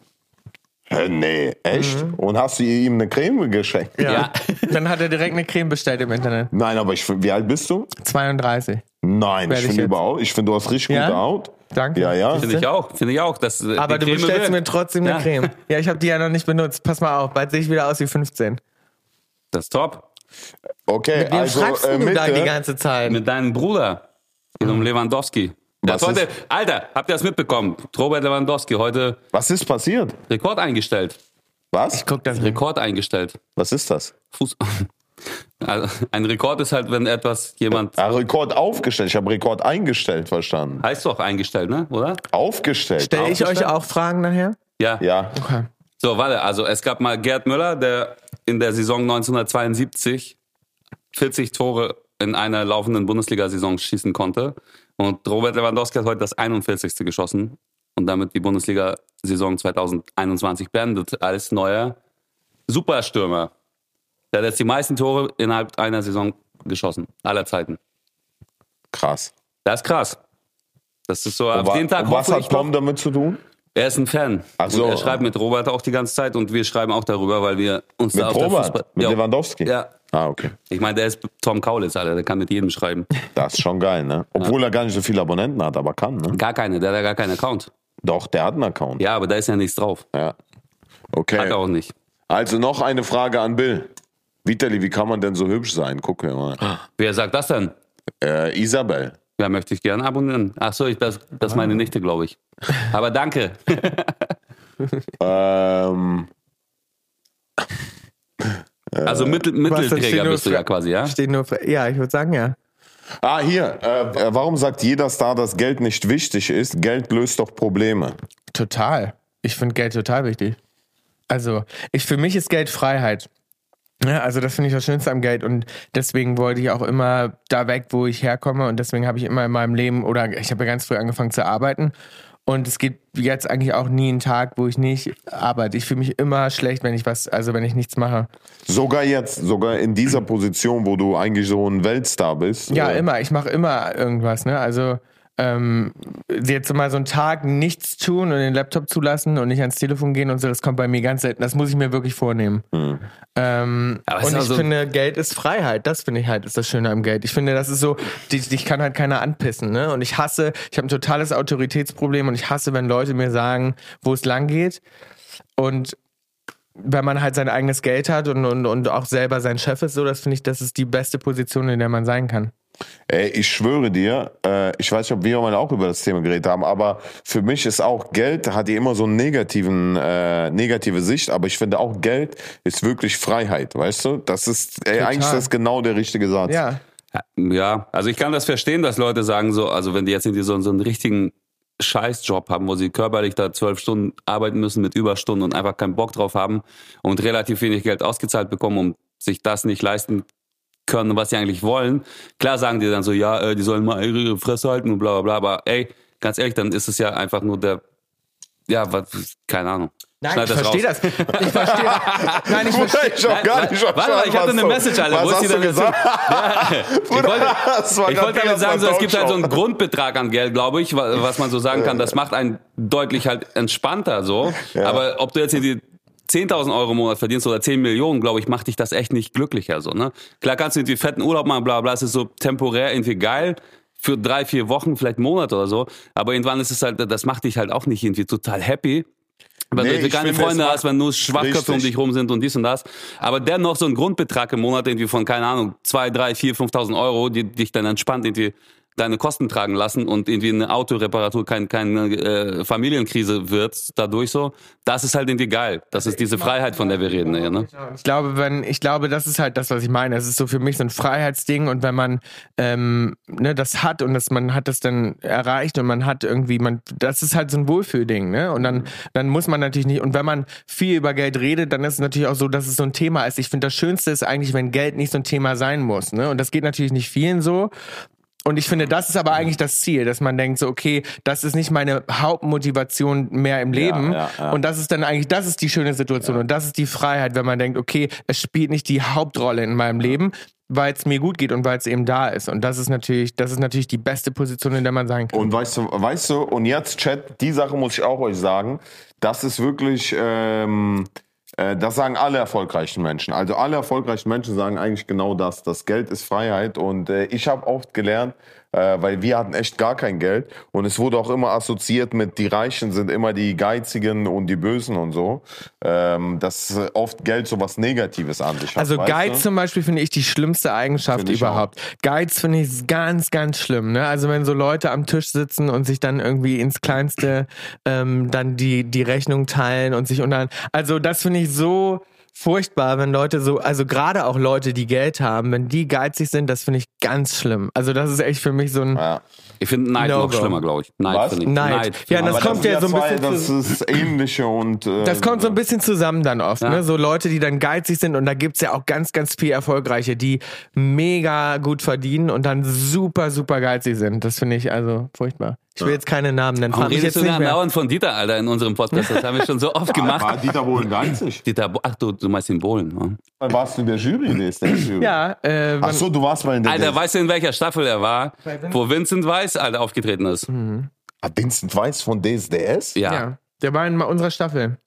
B: Äh, nee, echt?
C: Mhm.
B: Und hast du ihm eine Creme geschenkt?
A: Ja.
C: Dann hat er direkt eine Creme bestellt im Internet.
B: Nein, aber ich, find- wie alt bist du?
C: 32.
B: Nein,
C: Werd
B: ich
C: ich
B: finde
C: jetzt.
B: überhaupt, ich finde, du hast richtig
C: Ja?
B: gute Haut.
C: Danke.
B: Ja, ja.
A: Finde ich auch, finde ich auch. Dass äh,
C: Aber
A: die
C: du
A: Creme
C: bestellst
A: wirkt.
C: mir trotzdem eine
A: Ja.
C: Creme. Ja, ich habe die ja noch nicht benutzt. Pass mal auf, bald sehe ich wieder aus wie 15.
A: Das ist top.
B: Okay,
C: Wem
B: also
C: schreibst
B: äh,
C: denn du da die
B: Mitte.
C: ganze Zeit?
A: Mit deinem Bruder,
C: Hm.
A: um Lewandowski. Der
B: Was
A: hat heute,
B: ist-
A: Alter, habt ihr das mitbekommen? Robert Lewandowski heute
B: Was ist passiert?
A: Rekord eingestellt.
B: Was?
C: Guck das nicht.
A: Rekord eingestellt.
B: Was ist das?
A: Fuß. Also, ein Rekord ist halt, wenn etwas jemand.
B: Ah, Rekord aufgestellt. Ich habe Rekord eingestellt verstanden.
A: Heißt doch eingestellt, ne? Oder?
B: Aufgestellt. Ah,
C: Stelle ich euch auch Fragen nachher?
A: Ja.
B: ja.
A: So, warte, also es gab mal Gerd Müller, der in der Saison 1972 40 Tore in einer laufenden Bundesliga-Saison schießen konnte. Und Robert Lewandowski hat heute das 41. geschossen und damit die Bundesliga-Saison 2021 beendet als neuer Superstürmer. Der hat jetzt die meisten Tore innerhalb einer Saison geschossen, aller Zeiten.
B: Krass.
A: Das ist krass. Das ist so,
B: Und
A: auf
B: wa-
A: den Tag
B: und was
A: hoffe ich
B: hat Tom damit zu tun?
A: er ist ein Fan.
B: Ach so.
A: Und er schreibt mit Robert auch die ganze Zeit und wir schreiben auch darüber, weil wir uns
B: Mit
A: da auf der Fußball...
B: Robert? Mit
A: Ja.
B: Lewandowski?
A: Ja.
B: Ah, okay.
A: Ich meine, der ist Tom Kaulitz, Alter. Der kann mit jedem schreiben.
B: Das ist schon geil, ne? Obwohl er gar nicht so viele Abonnenten hat, aber kann, ne?
A: Gar keine. Der hat ja gar keinen Account.
B: Doch, der hat einen Account.
A: Ja, aber da ist ja nichts drauf.
B: Ja. Okay.
A: Hat er auch nicht.
B: Also noch eine Frage an Bill. Vitali, wie kann man denn so hübsch sein? Guck mir mal.
A: Wer sagt das denn?
B: Äh, Isabel.
A: Ja, möchte ich gerne abonnieren. Ach so, ich, das, das ist meine Nichte, glaube ich. Aber danke.
B: Ähm,
A: Also Mittel,
C: Was, dann stehen
A: Mittelträger
C: nur
A: bist du ja
C: Fra-
A: quasi, ja?
C: Stehen nur Fra- ja, ich würde sagen, ja.
B: ah, hier. Äh, äh, warum sagt jeder Star, dass Geld nicht wichtig ist? Geld löst doch Probleme.
C: Total. Ich finde Geld total wichtig. Also, ich, für mich ist Geld Freiheit. Ja, also das finde ich das Schönste am Geld und deswegen wollte ich auch immer da weg, wo ich herkomme und deswegen habe ich immer in meinem Leben oder ich habe ja ganz früh angefangen zu arbeiten und es gibt jetzt eigentlich auch nie einen Tag, wo ich nicht arbeite. Ich fühle mich immer schlecht, wenn ich was, also wenn ich nichts mache.
B: Sogar jetzt, sogar in dieser Position, wo du eigentlich so ein Weltstar bist.
C: Ja,
B: Äh,
C: immer. Ich mache immer irgendwas. Ne? Also ähm, jetzt mal so einen Tag nichts tun und den Laptop zulassen und nicht ans Telefon gehen und so, das kommt bei mir ganz selten. Das muss ich mir wirklich vornehmen. Ähm,
A: Hm. Aber es
C: und
A: ist
C: ich
A: also-
C: finde, Geld ist Freiheit. Das finde ich halt, ist das Schöne am Geld. Ich finde, das ist so, dich, dich kann halt keiner anpissen. Ne? Und ich hasse, ich habe ein totales Autoritätsproblem und ich hasse, wenn Leute mir sagen, wo es lang geht. Und wenn man halt sein eigenes Geld hat und, und, und auch selber sein Chef ist, so, das finde ich, das ist die beste Position, in der man sein kann.
B: Ey, ich schwöre dir, äh, ich weiß nicht, ob wir mal auch über das Thema geredet haben, aber für mich ist auch Geld, hat ja immer so einen negativen, äh, negative Sicht, aber ich finde auch Geld ist wirklich Freiheit, weißt du? Das ist, ey, eigentlich ist das genau der richtige Satz.
C: Ja.
A: Ja, also ich kann das verstehen, dass Leute sagen so, also wenn die jetzt irgendwie so, so einen richtigen Scheißjob haben, wo sie körperlich da zwölf Stunden arbeiten müssen mit Überstunden und einfach keinen Bock drauf haben und relativ wenig Geld ausgezahlt bekommen, um sich das nicht leisten können, was sie eigentlich wollen. Klar sagen die dann so, ja, äh, die sollen mal ihre Fresse halten und bla bla bla, aber ey, ganz ehrlich, dann ist es ja einfach nur der, ja, was, keine Ahnung.
C: Nein,
A: Schneid
C: ich verstehe
A: raus.
C: das. Ich verstehe. Nein,
B: Oh,
C: ich verstehe.
B: Ich hab gar
A: Nein,
B: nicht
A: wa- warte mal,
B: verstanden,
A: ich hatte
B: was
A: eine
B: du-
A: Message, Alter. Wo ist
B: Was
A: die
B: hast du
A: denn dazu?
B: gesagt?
A: Ich wollte,
B: Das war
A: ich
B: grad
A: wollte
B: wieder
A: damit sagen, so, es gibt halt so einen
B: Tauschschau.
A: Grundbetrag an Geld, glaube ich, wa- was man so sagen kann. Das macht einen deutlich halt entspannter so. Aber ob du jetzt hier die 10.000 Euro im Monat verdienst oder 10 Millionen, glaube ich, macht dich das echt nicht glücklicher so. Ne? Klar kannst du die fetten Urlaub machen, bla bla, es ist so temporär irgendwie geil für drei, vier Wochen, vielleicht einen Monat oder so. Aber irgendwann ist es halt, das macht dich halt auch nicht irgendwie total happy. Wenn
B: Nee,
A: du
B: ich
A: keine
B: finde, es
A: Freunde
B: macht-
A: hast, wenn nur Schwachköpfe um
B: Richtig.
A: dich rum sind und dies und das. Aber dennoch so ein Grundbetrag im Monat irgendwie von, keine Ahnung, 2, 3, 4, 5.000 Euro, die dich dann entspannt irgendwie deine Kosten tragen lassen und irgendwie eine Autoreparatur kein, keine äh, Familienkrise wird dadurch so, das ist halt irgendwie geil. Das ist diese Freiheit, von der wir reden. Ja, ne?
C: Ich glaube, wenn, ich glaube, das ist halt das, was ich meine. Es ist so für mich so ein Freiheitsding und wenn man ähm, ne, das hat und das, man hat das dann erreicht und man hat irgendwie, man, das ist halt so ein Wohlfühlding, ne? Und
B: Mhm.
C: dann, dann muss man natürlich nicht, und wenn man viel über Geld redet, dann ist es natürlich auch so, dass es so ein Thema ist. Ich finde, das Schönste ist eigentlich, wenn Geld nicht so ein Thema sein muss, ne? Und das geht natürlich nicht vielen so. Und ich finde, das ist
B: Mhm.
C: aber eigentlich das Ziel, dass man denkt so, okay, das ist nicht meine Hauptmotivation mehr im Leben.
B: ja, ja.
C: Und das ist dann eigentlich, das ist die schöne Situation und das ist die Freiheit, wenn man denkt, okay, es spielt nicht die Hauptrolle in meinem Leben, weil es mir gut geht und weil es eben da ist. Und das ist natürlich, das ist natürlich die beste Position, in der man sein kann.
B: Und weißt du, weißt du, und jetzt, Chat, die Sache muss ich auch euch sagen, das ist wirklich, ähm, äh, das sagen alle erfolgreichen Menschen. Also alle erfolgreichen Menschen sagen eigentlich genau das, das Geld ist Freiheit. Und äh, ich habe oft gelernt, äh, weil wir hatten echt gar kein Geld. Und es wurde auch immer assoziiert mit, die Reichen sind immer die Geizigen und die Bösen und so, ähm, dass äh, oft Geld so was Negatives an sich hat.
C: Also
B: weißt
C: Geiz
B: du?
C: zum Beispiel finde ich die schlimmste Eigenschaft
B: Finde ich
C: überhaupt. Geiz finde ich ganz, ganz schlimm. Ne? Also wenn so Leute am Tisch sitzen und sich dann irgendwie ins Kleinste ähm, dann die, die Rechnung teilen und sich unter... Also das finde ich so furchtbar, wenn Leute so, also gerade auch Leute, die Geld haben, wenn die geizig sind, das finde ich ganz schlimm. Also das ist echt für mich so ein...
B: Ja.
A: Ich finde Neid
C: No
A: noch
C: go.
A: schlimmer, glaube ich. Neid
B: Was?
A: finde ich.
C: Genau Neid. Ja,
A: find ich
C: das
A: auch
C: kommt
A: schlimm.
C: ja so ein
B: zwei,
C: bisschen
B: Das ist ähnliche und. Äh,
C: Das kommt so ein bisschen zusammen dann oft,
A: Ja.
C: ne? So Leute, die dann geizig sind und da gibt's ja auch ganz, ganz viel Erfolgreiche, die mega gut verdienen und dann super, super geizig sind. Das finde ich also furchtbar. Ich will jetzt keine Namen nennen.
A: Warum
C: frag mich
A: redest
C: jetzt
A: du denn
C: nicht mehr.
A: andauernd von Dieter, Alter, in unserem Podcast? Das haben wir schon so oft
B: War
A: gemacht.
B: Dieter Bohlen geizig?
A: Dieter, Bo- ach du, du meinst den Bohlen. ne? wa?
B: Warst du in der Jury? Der ist der Jury.
C: Ja, äh,
B: Ach so, du warst mal in der
A: Alter, weißt du, in welcher Staffel er war? Wo Vincent Weiss, Alter, aufgetreten ist.
C: Hm.
B: Ah, Vincent Weiss von DSDS?
A: Ja. ja.
C: ja. Der war in unserer Staffel.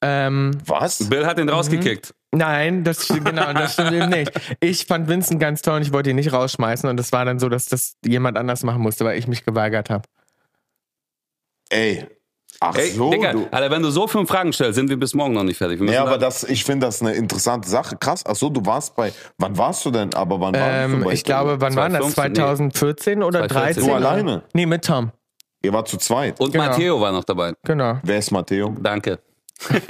C: Ähm,
B: Was?
A: Bill hat ihn rausgekickt.
C: nein, das genau, das stimmt eben nicht. Ich fand Vincent ganz toll und ich wollte ihn nicht rausschmeißen und es war dann so, dass das jemand anders machen musste, weil ich mich geweigert habe.
B: Ey. Ach
A: Ey,
B: so,
A: Digga,
B: du.
A: Alter, wenn du so fünf Fragen stellst, sind wir bis morgen noch nicht fertig. Wir müssen
B: Ja, aber
A: da-
B: das, ich finde das eine interessante Sache. Krass. Ach so, du warst bei. Wann warst du denn? Aber wann warst du
C: Ähm,
B: bei
C: ich glaube, wann waren das?
A: 2015?
C: 2014 oder
A: 2014.
C: 2013?
B: Du alleine?
C: Nee, mit Tom.
B: Ihr wart zu zweit.
A: Und
C: genau.
A: Matteo war noch dabei.
C: Genau.
B: Wer ist Matteo?
A: Danke. Jetzt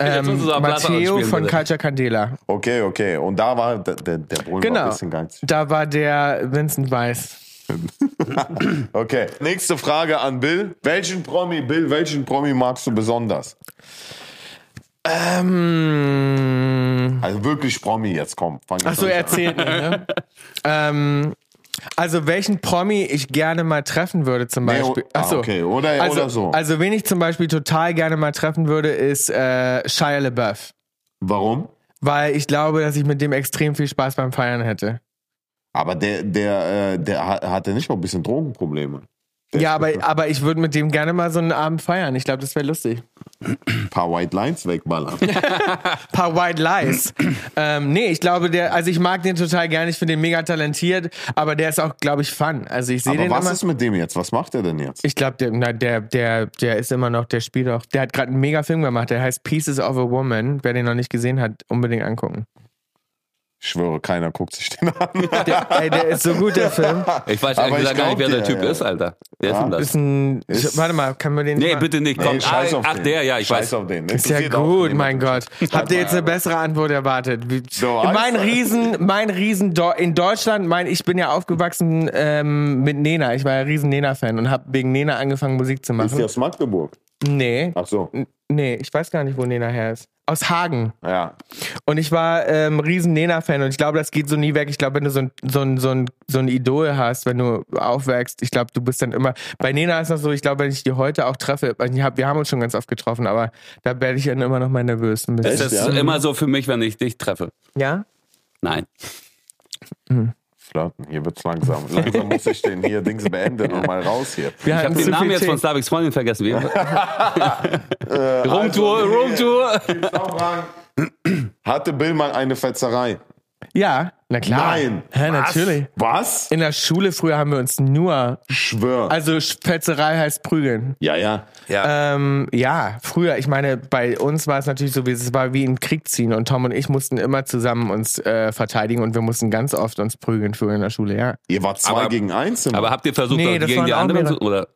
C: Ähm,
A: musst du so am Blatt
C: Matteo
A: anspielen,
C: von
A: bitte.
C: Culture Candela.
B: Okay, okay. Und da war der, der, der Brunnen war ein
C: Genau.
B: bisschen geizig.
C: Da war der Vincent Weiss.
B: Okay. Nächste Frage an Bill. Welchen Promi, Bill, welchen Promi magst du besonders?
C: Ähm,
B: Also wirklich Promi jetzt, komm. Fang jetzt
C: ach so,
B: an.
C: er erzählt nicht, ne? ähm, also welchen Promi ich gerne mal treffen würde zum
B: Nee,
C: Beispiel.
B: o-
C: Ach so.
B: ah, okay. Oder-
C: also,
B: oder so.
C: Also wen ich zum Beispiel total gerne mal treffen würde, ist äh, Shia LaBeouf.
B: Warum?
C: Weil ich glaube, dass ich mit dem extrem viel Spaß beim Feiern hätte.
B: Aber der, der, äh, der ha- hatte nicht mal ein bisschen Drogenprobleme.
C: Ja, aber, aber ich würde mit dem gerne mal so einen Abend feiern. Ich glaube, das wäre lustig.
B: Ein paar White Lines wegballern.
C: paar White Lies. ähm, nee, ich glaube, der, also ich mag den total gerne, ich finde den mega talentiert, aber der ist auch, glaube ich, fun. Also ich sehe
B: aber
C: den
B: was
C: immer.
B: ist mit dem jetzt? Was macht er denn jetzt?
C: ich glaube, der, na, der, der, der ist immer noch, der spielt auch. Der hat gerade einen mega Film gemacht, der heißt Pieces of a Woman. Wer den noch nicht gesehen hat, unbedingt angucken.
B: Ich schwöre, keiner guckt sich den an.
C: Der, ey, der ist so gut, der Film.
A: Ich weiß
B: Aber
A: ehrlich
B: ich
A: gesagt gar
B: glaub
A: nicht, wer der
B: dir,
A: Typ
B: ja.
A: ist, Alter. Wer
B: Ja.
A: ist denn das?
C: Ist ein,
B: Ist-
C: warte mal, können wir den.
A: Nee,
C: mal,
A: bitte nicht. Komm,
B: Nee, scheiß
A: ah,
B: auf
A: ach,
B: den.
A: der, ja, ich
B: Scheiß
A: weiß.
B: auf den.
C: Ist ja
B: Interessiert auch
C: gut,
B: niemanden.
C: mein Gott. Habt ihr jetzt eine bessere Antwort erwartet? Wie-
B: So,
C: mein
B: also-
C: Riesen, mein Riesen Do- in Deutschland, mein, ich bin ja aufgewachsen ähm, mit Nena. Ich war ja riesen Nena-Fan und habe wegen Nena angefangen Musik zu
B: Ist der
C: machen.
B: aus Magdeburg?
C: Nee,
B: Ach so.
C: N- nee, ich weiß gar nicht, wo Nena her ist. Aus Hagen.
B: Ja.
C: Und ich war ähm, riesen Nena-Fan und ich glaube, das geht so nie weg. Ich glaube, wenn du so ein, so, ein, so, ein, so ein Idol hast, wenn du aufwächst, ich glaube, du bist dann immer. Bei Nena ist das so, ich glaube, wenn ich die heute auch treffe, weil ich hab, wir haben uns schon ganz oft getroffen, aber da werde ich dann immer noch mal nervös. Ein bisschen.
A: Ist das
B: Ja.
A: immer so für mich, wenn ich dich treffe?
C: Ja?
A: Nein.
B: Flirten, hier wird's langsam. Langsam muss ich den hier Dings beenden und mal raus hier.
C: Wir
A: Ich habe den Namen jetzt von Slavics Freundin vergessen. Wie?
B: Äh,
A: Rumtour,
B: also, nee.
A: Rumtour.
B: Gibt's auch Fragen? Hatte Bill mal eine Fetzerei?
C: Ja, Na klar.
B: Nein.
C: Ah. Hä,
B: Was?
C: natürlich.
B: Was?
C: In der Schule früher haben wir uns nur.
B: Ich schwör.
C: Also Fetzerei heißt prügeln.
B: ja, ja.
A: Ja.
C: Ähm, ja, früher, ich meine, bei uns war es natürlich so, wie es war wie im Krieg ziehen und Tom und ich mussten immer zusammen uns äh, verteidigen und wir mussten ganz oft uns prügeln früher in der Schule, ja.
B: Ihr wart zwei
A: Aber-
B: gegen eins. Im
A: aber habt ihr versucht,
C: Nee,
A: auch
C: das
A: gegen
C: waren
A: die
C: auch
A: anderen zu,
C: mehrere.
A: oder?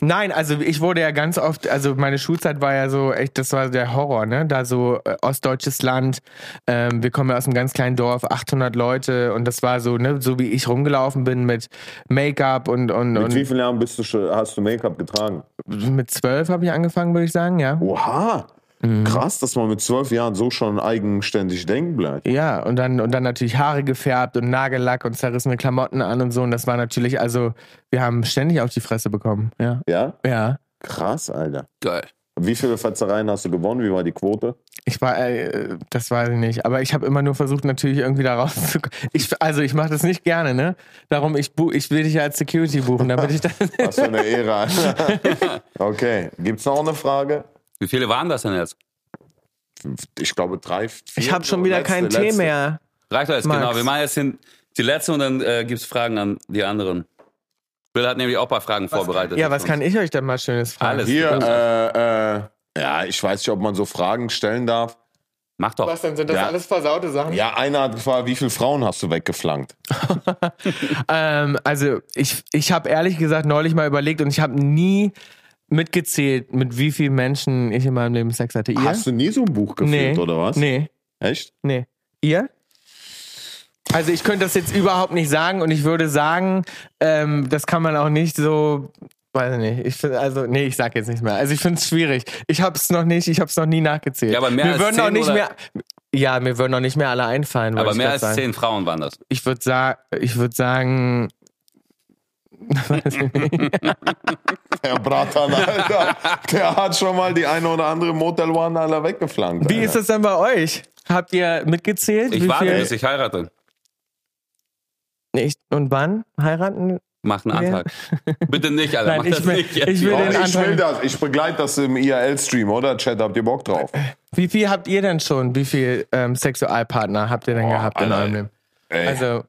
C: Nein, also ich wurde ja ganz oft, also meine Schulzeit war ja so echt, das war der Horror, ne? Da so äh, ostdeutsches Land, ähm, wir kommen ja aus einem ganz kleinen Dorf, 800 Leute und das war so, ne, so wie ich rumgelaufen bin mit Make-up und und
B: Mit wie
C: und
B: vielen Jahren bist du schon, hast du Make-up getragen?
C: mit zwölf habe ich angefangen, würde ich sagen, ja.
B: Oha.
C: Mhm.
B: Krass, dass man mit zwölf Jahren so schon eigenständig denken bleibt.
C: Ja, und dann, und dann natürlich Haare gefärbt und Nagellack und zerrissene Klamotten an und so. Und das war natürlich, also, wir haben ständig auf die Fresse bekommen. Ja.
B: Ja?
C: Ja.
B: Krass, Alter.
A: Geil.
B: Wie viele Fetzereien hast du gewonnen? Wie war die Quote?
C: Ich war, äh, das weiß ich nicht. Aber ich habe immer nur versucht, natürlich irgendwie da rauszukommen. Ich, also, ich mache das nicht gerne, ne? Darum, ich, bu ich will dich ja als Security buchen, damit ich das.
B: Was für eine Ära. okay, gibt's noch eine Frage?
A: Wie viele waren das denn jetzt?
B: Ich glaube drei, vier.
C: Ich habe schon wieder
B: Letzte,
C: keinen Tee
B: letzte.
C: mehr.
A: Reicht doch jetzt,
C: Max.
A: genau. Wir machen jetzt den, die letzte und dann äh, gibt es Fragen an die anderen. Bill hat nämlich auch ein paar Fragen vorbereitet.
C: Ja, was kann ich euch denn mal Schönes fragen?
A: Alles.
B: Hier, äh, äh, ja, ich weiß nicht, ob man so Fragen stellen darf.
A: Mach doch.
C: Was denn? Sind das
B: Ja.
C: alles versaute Sachen?
B: Ja, einer hat gefragt, wie viele Frauen hast du weggeflankt?
C: Ähm, also ich, ich habe ehrlich gesagt neulich mal überlegt und ich habe nie mitgezählt, mit wie vielen Menschen ich in meinem Leben Sex hatte. Ihr?
B: Hast du nie so ein Buch geführt,
C: nee.
B: oder was?
C: Nee,
B: Echt?
C: nee. Ihr? Also ich könnte das jetzt überhaupt nicht sagen und ich würde sagen, ähm, das kann man auch nicht so, weiß ich nicht. Ich find, also nee, ich sag jetzt nichts mehr. Also ich finde es schwierig. Ich habe es noch nicht, ich habe es noch nie nachgezählt.
A: Ja, aber mehr
C: mir
A: als
C: würden auch
A: 10
C: nicht
A: oder-
C: mehr. Ja, mir würden auch nicht mehr alle einfallen. wollte
A: Aber
C: ich
A: mehr
C: grad
A: als
C: sagen.
A: zehn Frauen waren das.
C: Ich würde sagen, ich würde sagen,
B: Herr Bratan, Alter, der hat schon mal die eine oder andere Motel One aller weggeflankt.
C: Wie ist das denn bei euch? Habt ihr mitgezählt?
A: Ich
C: wie
A: warte,
C: viel?
A: bis ich heirate.
C: Ich, und wann? Heiraten?
A: Mach einen
C: Wer?
A: Antrag. Bitte nicht, Alter.
C: Nein,
A: Mach
C: ich
A: das
C: will-
A: nicht.
C: ich will
B: Alter.
C: den
B: Doch, ich will
C: Anfang-
B: das. Ich begleite das im IRL-Stream, oder? Chat, habt ihr Bock drauf?
C: Wie viel habt ihr denn schon? Wie viel ähm, Sexualpartner habt ihr denn gehabt
B: Alter.
C: in eurem Leben?
B: Ey.
C: Also,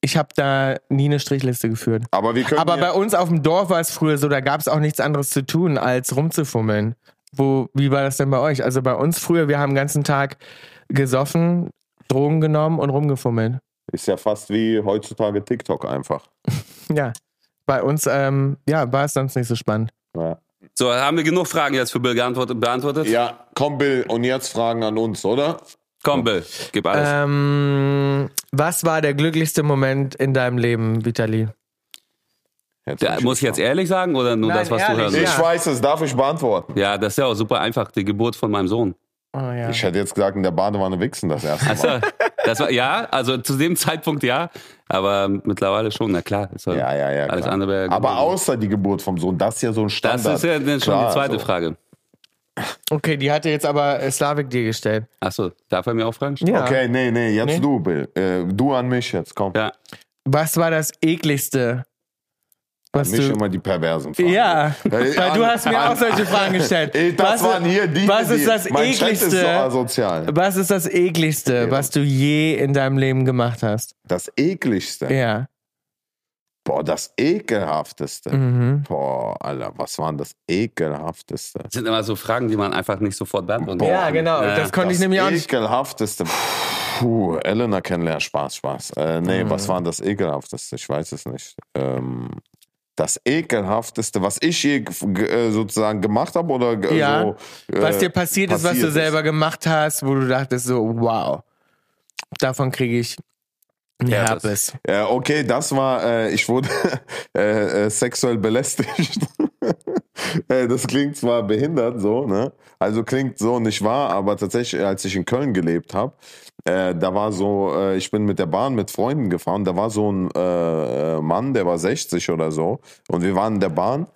C: ich habe da nie eine Strichliste geführt.
B: aber wir können
C: Aber
B: hier-
C: bei uns auf dem Dorf war es früher so, da gab es auch nichts anderes zu tun, als rumzufummeln. Wo, wie war das denn bei euch? Also bei uns früher, wir haben den ganzen Tag gesoffen, Drogen genommen und rumgefummelt.
B: ist ja fast wie heutzutage TikTok einfach.
C: Ja. Bei uns, ähm, ja, war es sonst nicht so spannend.
B: Ja.
A: So, haben wir genug Fragen jetzt für Bill geantwortet, beantwortet?
B: ja, komm Bill, und jetzt Fragen an uns, oder?
A: Komm, Bill, gib
C: Äh,
A: alles.
C: Ähm, was war der glücklichste Moment in deinem Leben, Vitali?
B: Jetzt bin
A: Da, muss ich jetzt ehrlich sagen oder nur
C: Nein,
A: das, was
C: ehrlich,
A: du hören
B: Ich
A: willst?
C: Ja.
B: weiß es, darf ich beantworten?
A: Ja, das ist ja auch super einfach. Die Geburt von meinem Sohn.
C: Oh ja.
B: Ich hätte jetzt gesagt, in der Badewanne wichsen das erste Mal.
A: So, das war, ja, also zu dem Zeitpunkt ja, aber mittlerweile schon, na klar. Ist
B: Ja, ja, ja.
A: Alles
B: klar.
A: andere wäre
B: Aber
A: gelogen.
B: außer die Geburt vom Sohn, das ist ja so ein
A: Das
B: Standard.
A: ist ja dann schon
B: Klar,
A: die zweite
B: so.
A: Frage.
C: Okay, die hatte jetzt aber äh, Slavik dir gestellt.
A: Achso, darf er mir auch Fragen stellen?
C: Ja.
B: Okay, nee, nee, jetzt
C: Nee.
B: du, Bill. Äh, du an mich jetzt, komm.
A: Ja.
C: Was war das ekligste? Was
B: Nicht
C: du.
B: immer die perversen Fragen. Äh,
C: Ja, weil
B: an-
C: du hast mir
B: an-
C: auch solche Fragen gestellt.
B: Ey, das
C: was,
B: waren hier die,
C: was
B: die-
C: ist das
B: mein Chat ist so also-
C: ekligste?
B: asozial.
C: Was ist das ekligste, was du je in deinem Leben gemacht hast?
B: Das ekligste.
C: Ja.
B: Boah, das ekelhafteste.
C: Mhm.
B: Boah, Alter, was war denn das ekelhafteste?
A: Das sind immer so Fragen, die man einfach nicht sofort beantworten
B: Boah.
A: kann.
C: Ja, genau.
A: Ja,
C: Das konnte ich
B: das
C: nämlich auch nicht.
B: ekelhafteste. Puh, Elena kennenlernen, Spaß, Spaß. Äh, nee,
C: Mhm.
B: was war denn das ekelhafteste? Ich weiß es nicht. Ähm, das ekelhafteste, was ich je g- g- äh, sozusagen gemacht habe oder g-
C: Ja,
B: so, äh,
C: Was dir passiert, ist, was
B: passiert
C: du selber gemacht hast, wo du dachtest so, wow, davon kriege ich einen
A: Ja, das-
C: Herpes.
B: Äh, okay, das war, äh, ich wurde äh, äh, sexuell belästigt. äh, das klingt zwar behindert so, ne? Also klingt so nicht wahr, aber tatsächlich, als ich in Köln gelebt habe, äh, da war so, äh, ich bin mit der Bahn mit Freunden gefahren, da war so ein äh, äh, Mann, der war 60 oder so, und wir waren in der Bahn.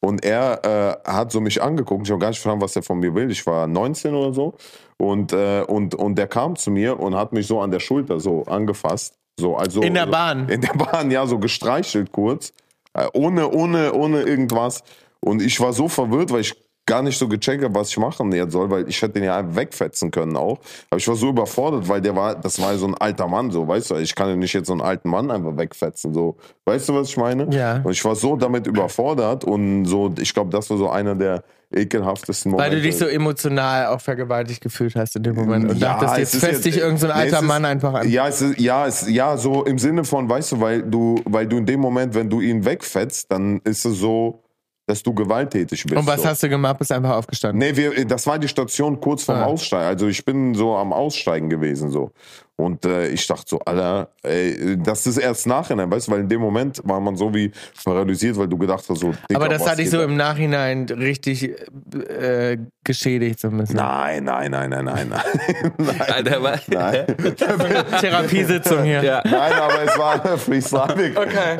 B: Und er äh, hat so mich angeguckt. Ich habe gar nicht verstanden, was er von mir will. Ich war 19 oder so. Und, äh, und, und der kam zu mir und hat mich so an der Schulter so angefasst. So, also,
C: In der Bahn?
B: In der Bahn, ja, so gestreichelt kurz. Äh, ohne, ohne, ohne irgendwas. Und ich war so verwirrt, weil ich gar nicht so gecheckt habe, was ich machen jetzt soll, weil ich hätte den ja wegfetzen können auch. Aber ich war so überfordert, weil der war, das war so ein alter Mann, so, weißt du, ich kann ja nicht jetzt so einen alten Mann einfach wegfetzen, so. Weißt du, was ich meine?
C: Ja.
B: Und ich war so damit überfordert und so, ich glaube, das war so einer der ekelhaftesten
C: Weil
B: Momente.
C: du dich so emotional auch vergewaltigt gefühlt hast in dem Moment und
B: Ja,
C: dachtest,
B: es
C: jetzt
B: ist äh,
C: fest dich irgendein
B: nee, es
C: alter
B: ist-
C: Mann einfach an.
B: Ja, es ist, ja, es, ja, so im Sinne von, weißt du, weil du, weil du in dem Moment, wenn du ihn wegfetzt, dann ist es so, dass du gewalttätig bist.
C: und was
B: so.
C: hast du gemacht? Bist einfach aufgestanden.
B: Nee, wir, das war die Station kurz vorm
C: Ah.
B: Aussteigen. Also ich bin so am Aussteigen gewesen so. Und äh, ich dachte so, Alter, ey, das ist erst nachhinein, weißt du, weil in dem Moment war man so wie paralysiert, weil du gedacht hast, so, Digga,
C: Aber das
B: was
C: hat dich
B: geht
C: so
B: ab?
C: im Nachhinein richtig äh, geschädigt so ein bisschen.
B: Nein, nein, nein, nein, nein, nein. nein.
A: Alter, war,
B: Nein.
C: Therapiesitzung hier.
A: ja.
B: Nein, aber es war Freeslavic.
C: Okay.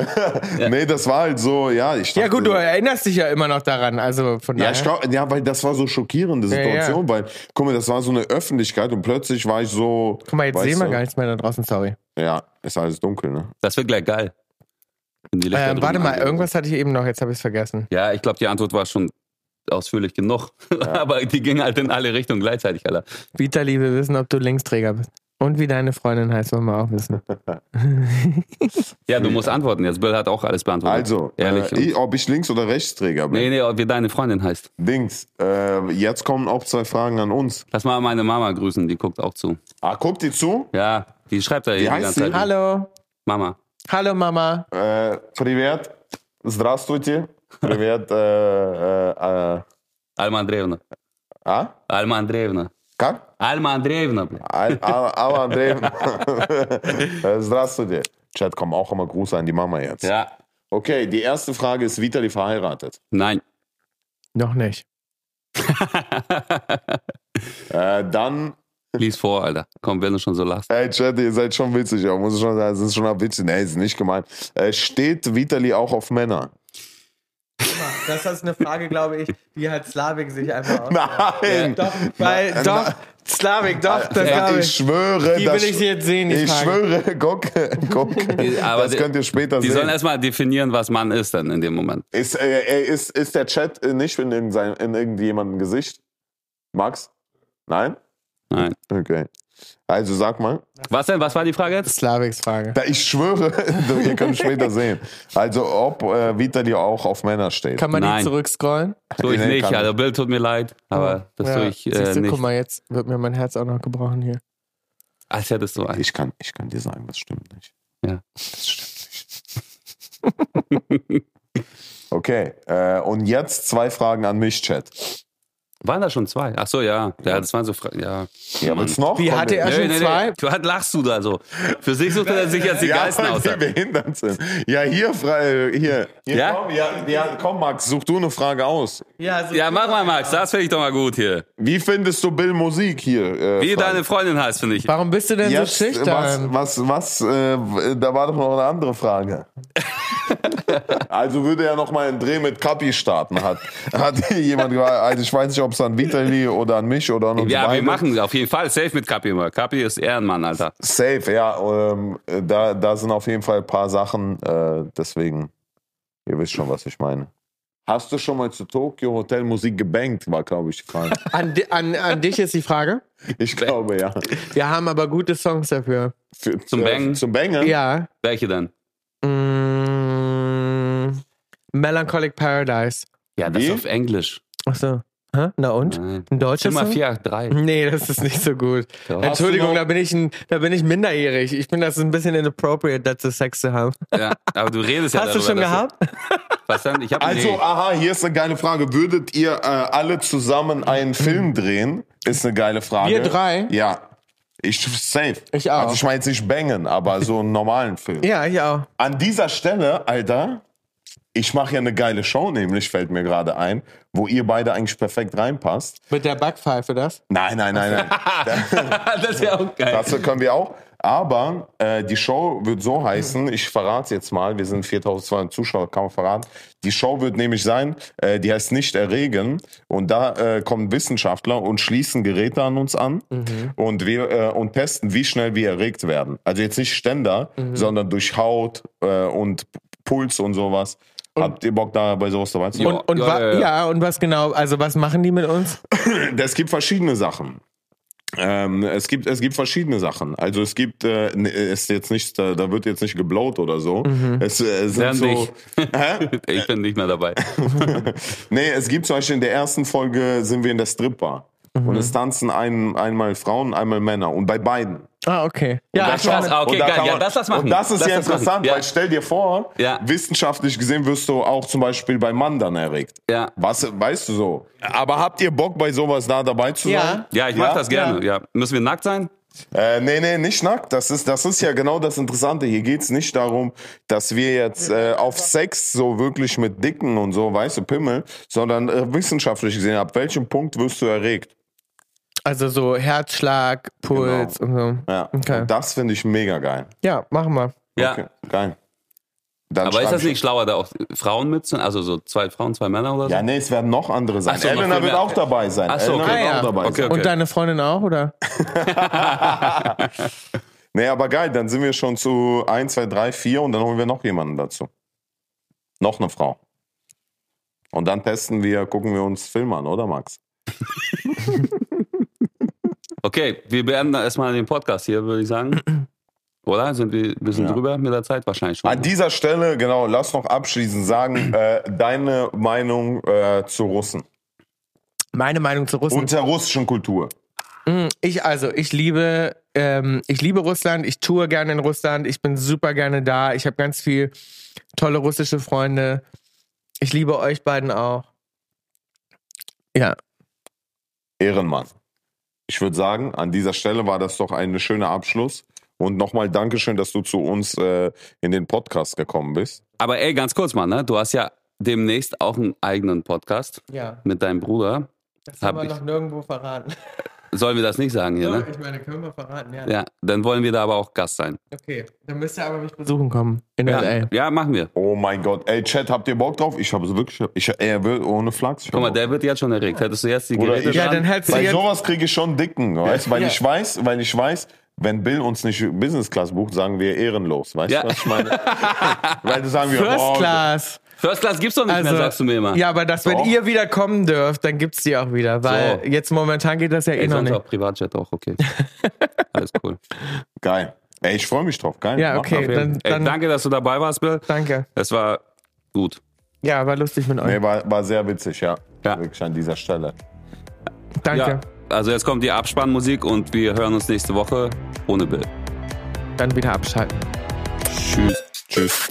B: Nee, das war halt so, ja, ich dachte,
C: Ja gut, du
B: so-
C: erinnerst dich ja immer noch daran. Also von
B: Ja,
C: daher.
B: ich glaub, ja, weil das war so schockierende
C: ja.
B: Situation, weil, guck mal, das war so eine Öffentlichkeit und plötzlich war ich so.
C: Guck mal, jetzt
B: weißt
C: sehen wir
B: du,
C: gar nichts mehr da draußen, sorry.
B: Ja, ist alles dunkel, ne?
A: Das wird gleich geil. Wenn die Lichter
C: Äh,
A: drüben
C: warte mal,
A: angehen.
C: irgendwas hatte ich eben noch, jetzt habe ich es vergessen.
A: Ja, ich glaube, die Antwort war schon ausführlich genug. Aber die ging halt in alle Richtungen gleichzeitig, Alter.
C: Vitali, wir wissen, ob du Linksträger bist. Und wie deine Freundin heißt, wollen wir auch wissen.
A: Ja, du musst antworten jetzt. Bill hat auch alles beantwortet.
B: Also,
A: Ehrlich.
B: äh, ich, ob ich Links- oder Rechtsträger bin.
A: nee, nee, ob wie deine Freundin heißt.
B: Dings, äh, jetzt kommen auch zwei Fragen an uns.
A: Lass mal meine Mama grüßen, die guckt auch zu.
B: Ah, guckt ihr zu?
A: Ja, die schreibt da die, die
B: heißt
A: ganze
B: sie?
A: Zeit.
C: Hallo,
A: Mama.
C: hallo Mama.
B: Äh, privet, здравствуйте, privet, äh, äh, äh,
A: Alma Andreevna.
B: ah,
A: Alma Andreevna.
B: как?
A: Alma Andreevna. Bro.
B: Al- Al- Алла Андреевна. Äh, здравствуйте. Chat, kommen auch immer Grüße an die Mama jetzt.
A: Ja.
B: Okay, die erste Frage ist, Vitali verheiratet?
A: Nein.
C: Noch nicht.
B: Äh, dann,
A: Lies vor, Alter. Komm, wenn du schon so lachst.
B: hey Chat, ihr seid schon witzig, aber muss ich schon sagen, es ist schon ein witzig. Nee, ist nicht gemeint. Äh, steht Vitali auch auf Männer?
C: Das ist eine Frage, glaube ich, die hat Slavik sich einfach aus.
B: Nein! Äh,
C: Doch, weil, doch, Slavik, doch, das habe
B: ich
C: ich.
B: schwöre,
C: Die
B: das-
C: will ich jetzt sehen, die
B: Ich
C: Frage.
B: schwöre, guck, guck.
A: aber
B: das
A: die-
B: könnt ihr später
A: Die sollen
B: sehen.
A: erstmal definieren, was Mann ist dann in dem Moment.
B: Ist, äh, ey, ist, ist der Chat äh, nicht in, irgendein, in irgendjemandem Gesicht? Max? Nein?
A: Nein.
B: Okay. Also sag mal.
A: Was denn? Was war die Frage jetzt?
C: Slaviks Frage.
B: Da, ich schwöre, ihr könnt später sehen. Also ob äh, Vitali auch auf Männer steht.
C: Kann man
A: Nein.
C: die zurückscrollen?
A: Tue ich
B: Nee,
A: nicht,
B: kann
A: Alter. Bill tut mir leid, aber das tue ich äh,
C: Siehst du,
A: nicht.
C: guck mal, jetzt wird mir mein Herz auch noch gebrochen hier.
A: Als hättest du einen.
B: ich, kann, ich kann dir sagen, das stimmt nicht.
A: Ja.
B: Das stimmt nicht. okay, äh, und jetzt zwei Fragen an mich, Chat.
A: Waren da schon zwei? Ach so, ja. Ja, das waren so Fragen. Ja.
B: Ja, willst du noch?
C: Wie
B: Komm,
C: hatte er
A: Nö,
C: schon
A: nö, nö.
C: zwei?
A: Du hat lachst du da so. Für sich sucht er sich jetzt die Geisten
B: weil
A: aus.
B: wir behindert sind. Ja, hier, frei, hier. hier
A: Ja?
B: Komm, ja, ja, komm, Max, such du eine Frage aus.
C: Ja, also so
A: Ja, mach mal, Max. Das finde ich doch mal gut hier.
B: Wie findest du Bill Musik hier? äh,
A: Wie
B: Frank?
A: deine Freundin heißt, finde ich.
C: Warum bist du denn
B: Jetzt,
C: so schüchtern?
B: was, was, was, äh, da war doch noch eine andere Frage. also würde er nochmal einen Dreh mit Kapi starten, hat, hat hier jemand gefragt. Also ich weiß nicht, ob es an Vitali oder an mich oder an uns
A: Ja,
B: beide.
A: wir machen auf jeden Fall safe mit Kapi immer. Kapi ist Ehrenmann, Alter.
B: Safe, ja. Ähm, da, da sind auf jeden Fall ein paar Sachen, äh, deswegen, ihr wisst schon, was ich meine. Hast du schon mal zu Tokyo Hotel Musik gebankt, war, glaube ich, die Frage.
C: An, di- an, an dich ist die Frage.
B: Ich glaube, ja.
C: Wir haben aber gute Songs dafür.
B: Für, äh,
A: Zum Bangen?
B: Zum Bangen?
C: Ja.
A: Welche denn?
C: Mm, Melancholic Paradise.
A: Ja, das
B: Wie?
A: auf Englisch.
C: Achso. Hä? Na und?
A: Nein.
C: Ein deutscher
A: Zimmer
C: Song?
A: 483.
C: Nee, das ist nicht so gut.
A: Doch.
C: Entschuldigung,
B: Hast du noch-
C: da bin, ich ein, da bin ich minderjährig. Ich bin das ist ein bisschen inappropriate, dazu Sex zu haben.
A: Ja, aber du redest ja
C: Hast du
A: darüber,
C: schon
A: dass
C: gehabt?
A: Was dann? Ich hab
B: Also,
A: nee.
B: aha, hier ist eine geile Frage. Würdet ihr äh, alle zusammen einen Film drehen? Ist eine geile Frage.
C: Mhm. Wir drei?
B: Ja. Ich safe.
C: Ich auch.
B: Also ich meine jetzt nicht bangen, aber so einen normalen Film.
C: Ja, ich auch.
B: An dieser Stelle, Alter, ich mache ja eine geile Show, nämlich fällt mir gerade ein, wo ihr beide eigentlich perfekt reinpasst.
C: Mit der Backpfeife das?
B: Nein, nein, nein, nein.
A: das wäre auch geil.
B: Das können wir auch. Aber äh, die Show wird so heißen, ich verrate es jetzt mal, wir sind 4200 Zuschauer, kann man verraten. Die Show wird nämlich sein, äh, die heißt Nicht erregen. Und da äh, kommen Wissenschaftler und schließen Geräte an uns an und wir äh, und testen, wie schnell wir erregt werden. Also jetzt nicht Ständer, sondern durch Haut äh, und Puls und sowas. Habt ihr Bock da bei sowas dabei zu
A: Ja.
B: sein?
C: Und, und
A: ja,
C: wa-
A: ja,
C: ja,
A: ja.
C: und was genau, also was machen die mit uns?
B: Es gibt verschiedene Sachen. Ähm, es, gibt, es gibt verschiedene Sachen. Also es gibt, äh, n- ist jetzt nicht, da, da wird jetzt nicht geblowt oder so. Es, äh, sind
A: Ja,
B: so,
A: Mhm. nicht.
B: Hä?
A: Ich bin nicht mehr dabei.
B: nee, es gibt zum Beispiel in der ersten Folge sind wir in der Stripbar.
A: Mhm.
B: Und es tanzen ein, einmal Frauen, einmal Männer. Und bei beiden.
C: Ah, okay. Ja,
A: das- krass. Ah, okay,
B: Und da
A: geil.
B: kann
A: Ja,
B: man-
A: lass das machen.
B: Und das ist
A: Lass
B: ja
A: das machen.
B: interessant,
A: Ja.
B: weil stell dir vor,
A: Ja.
B: wissenschaftlich gesehen wirst du auch zum Beispiel bei Mann dann erregt.
A: Ja.
B: Was, weißt du so. Aber habt ihr Bock, bei sowas da dabei zu
C: Ja.
B: sein?
A: Ja, ich mach das gerne. Ja. Müssen wir nackt sein?
B: Äh, nee, nee, nicht nackt. Das ist, das ist ja genau das Interessante. Hier geht's nicht darum, dass wir jetzt äh, auf Sex so wirklich mit Dicken und so, weißt du, Pimmel, sondern äh, wissenschaftlich gesehen, ab welchem Punkt wirst du erregt?
C: also so Herzschlag, Puls
A: Genau.
C: und so.
B: Ja.
C: Okay.
B: Und das finde ich mega geil.
C: Ja, machen wir.
A: Ja.
B: Okay, geil. Dann
A: Aber ist
B: schreib
A: das
B: ich-
A: nicht schlauer, da auch Frauen mitzunehmen? Also so zwei Frauen, zwei Männer oder so?
B: Ja, nee, es werden noch andere sein.
A: Ach so, noch
B: Elena
A: viel
B: wird
A: mehr.
B: auch dabei sein.
A: Ach so,
B: Elena
A: okay.
B: wird
C: Ah, ja.
B: auch dabei
A: Okay,
B: sein.
A: okay.
C: Und deine Freundin auch, oder?
B: Nee, aber geil, dann sind wir schon zu 1, 2, 3, 4 und dann holen wir noch jemanden dazu. Noch eine Frau. Und dann testen wir, gucken wir uns Film an, oder Max?
A: Okay, wir beenden erstmal den Podcast hier, würde ich sagen. Oder? Sind wir ein bisschen
B: Ja.
A: drüber mit der Zeit wahrscheinlich schon?
B: An dieser Stelle, genau, lass noch abschließend sagen, äh, deine Meinung äh, zu Russen
C: Meine Meinung zu Russland.
B: und zur russischen Kultur.
C: Ich also, ich liebe, ähm, ich liebe Russland, ich tue gerne in Russland, ich bin super gerne da, ich habe ganz viel tolle russische Freunde. Ich liebe euch beiden auch. Ja,
B: Ehrenmann. Ich würde sagen, an dieser Stelle war das doch ein schöner Abschluss. Und nochmal Dankeschön, dass du zu uns äh, in den Podcast gekommen bist.
A: Aber ey, ganz kurz mal, ne? Du hast ja demnächst auch einen eigenen Podcast
C: ja.
A: mit deinem Bruder.
C: Das
A: Hab
C: haben wir
A: ich-
C: noch nirgendwo verraten.
A: Sollen wir das nicht sagen hier, ne?
C: Ich meine, können wir verraten, ja.
A: Ja, dann wollen wir da aber auch Gast sein.
C: Okay. Dann müsst ihr aber mich besuchen kommen. In
A: Ja,
C: LA.
A: ja machen wir.
B: Oh mein Gott. Ey, Chat, habt ihr Bock drauf? Ich habe es wirklich. Ich, ey, will- ohne Flachs. ich hab
A: Guck mal,
B: Bock.
A: der wird jetzt schon erregt. Hättest du jetzt die
B: Oder
A: Geräte
B: ich-
C: Ja,
A: dran?
C: dann hättest du
B: Bei
C: jetzt.
B: sowas kriege ich schon Dicken, weißt Weil
C: Ja.
B: ich weiß, weil ich weiß, wenn Bill uns nicht Business Class bucht, sagen wir ehrenlos. Weißt du,
A: Ja.
B: was ich meine? weil dann sagen wir,
C: First
B: oh,
C: Class.
A: First Class gibt's doch nicht mehr, sagst du mir immer.
C: Also, Ja, aber dass, wenn
B: Doch.
C: ihr wieder kommen dürft, dann gibt's die auch wieder. Weil
A: So.
C: jetzt momentan geht das ja eh
A: ey,
C: noch
A: sonst
C: nicht.
A: auch Privatjet auch, okay. Alles cool.
B: geil. Ey, ich freue mich drauf. Geil.
C: Ja,
B: Mach
C: okay.
B: mal.
C: Dann,
A: Ey,
C: dann,
A: danke, dass du dabei warst, Bill.
C: danke.
A: Es war gut.
C: Ja, war lustig mit euch.
B: Nee, war, war sehr witzig, ja.
A: Ja.
B: Wirklich an dieser Stelle.
C: Danke.
A: Ja, also jetzt kommt die Abspannmusik und wir hören uns nächste Woche ohne Bill.
C: Dann wieder abschalten.
A: Tschüss.
B: Tschüss.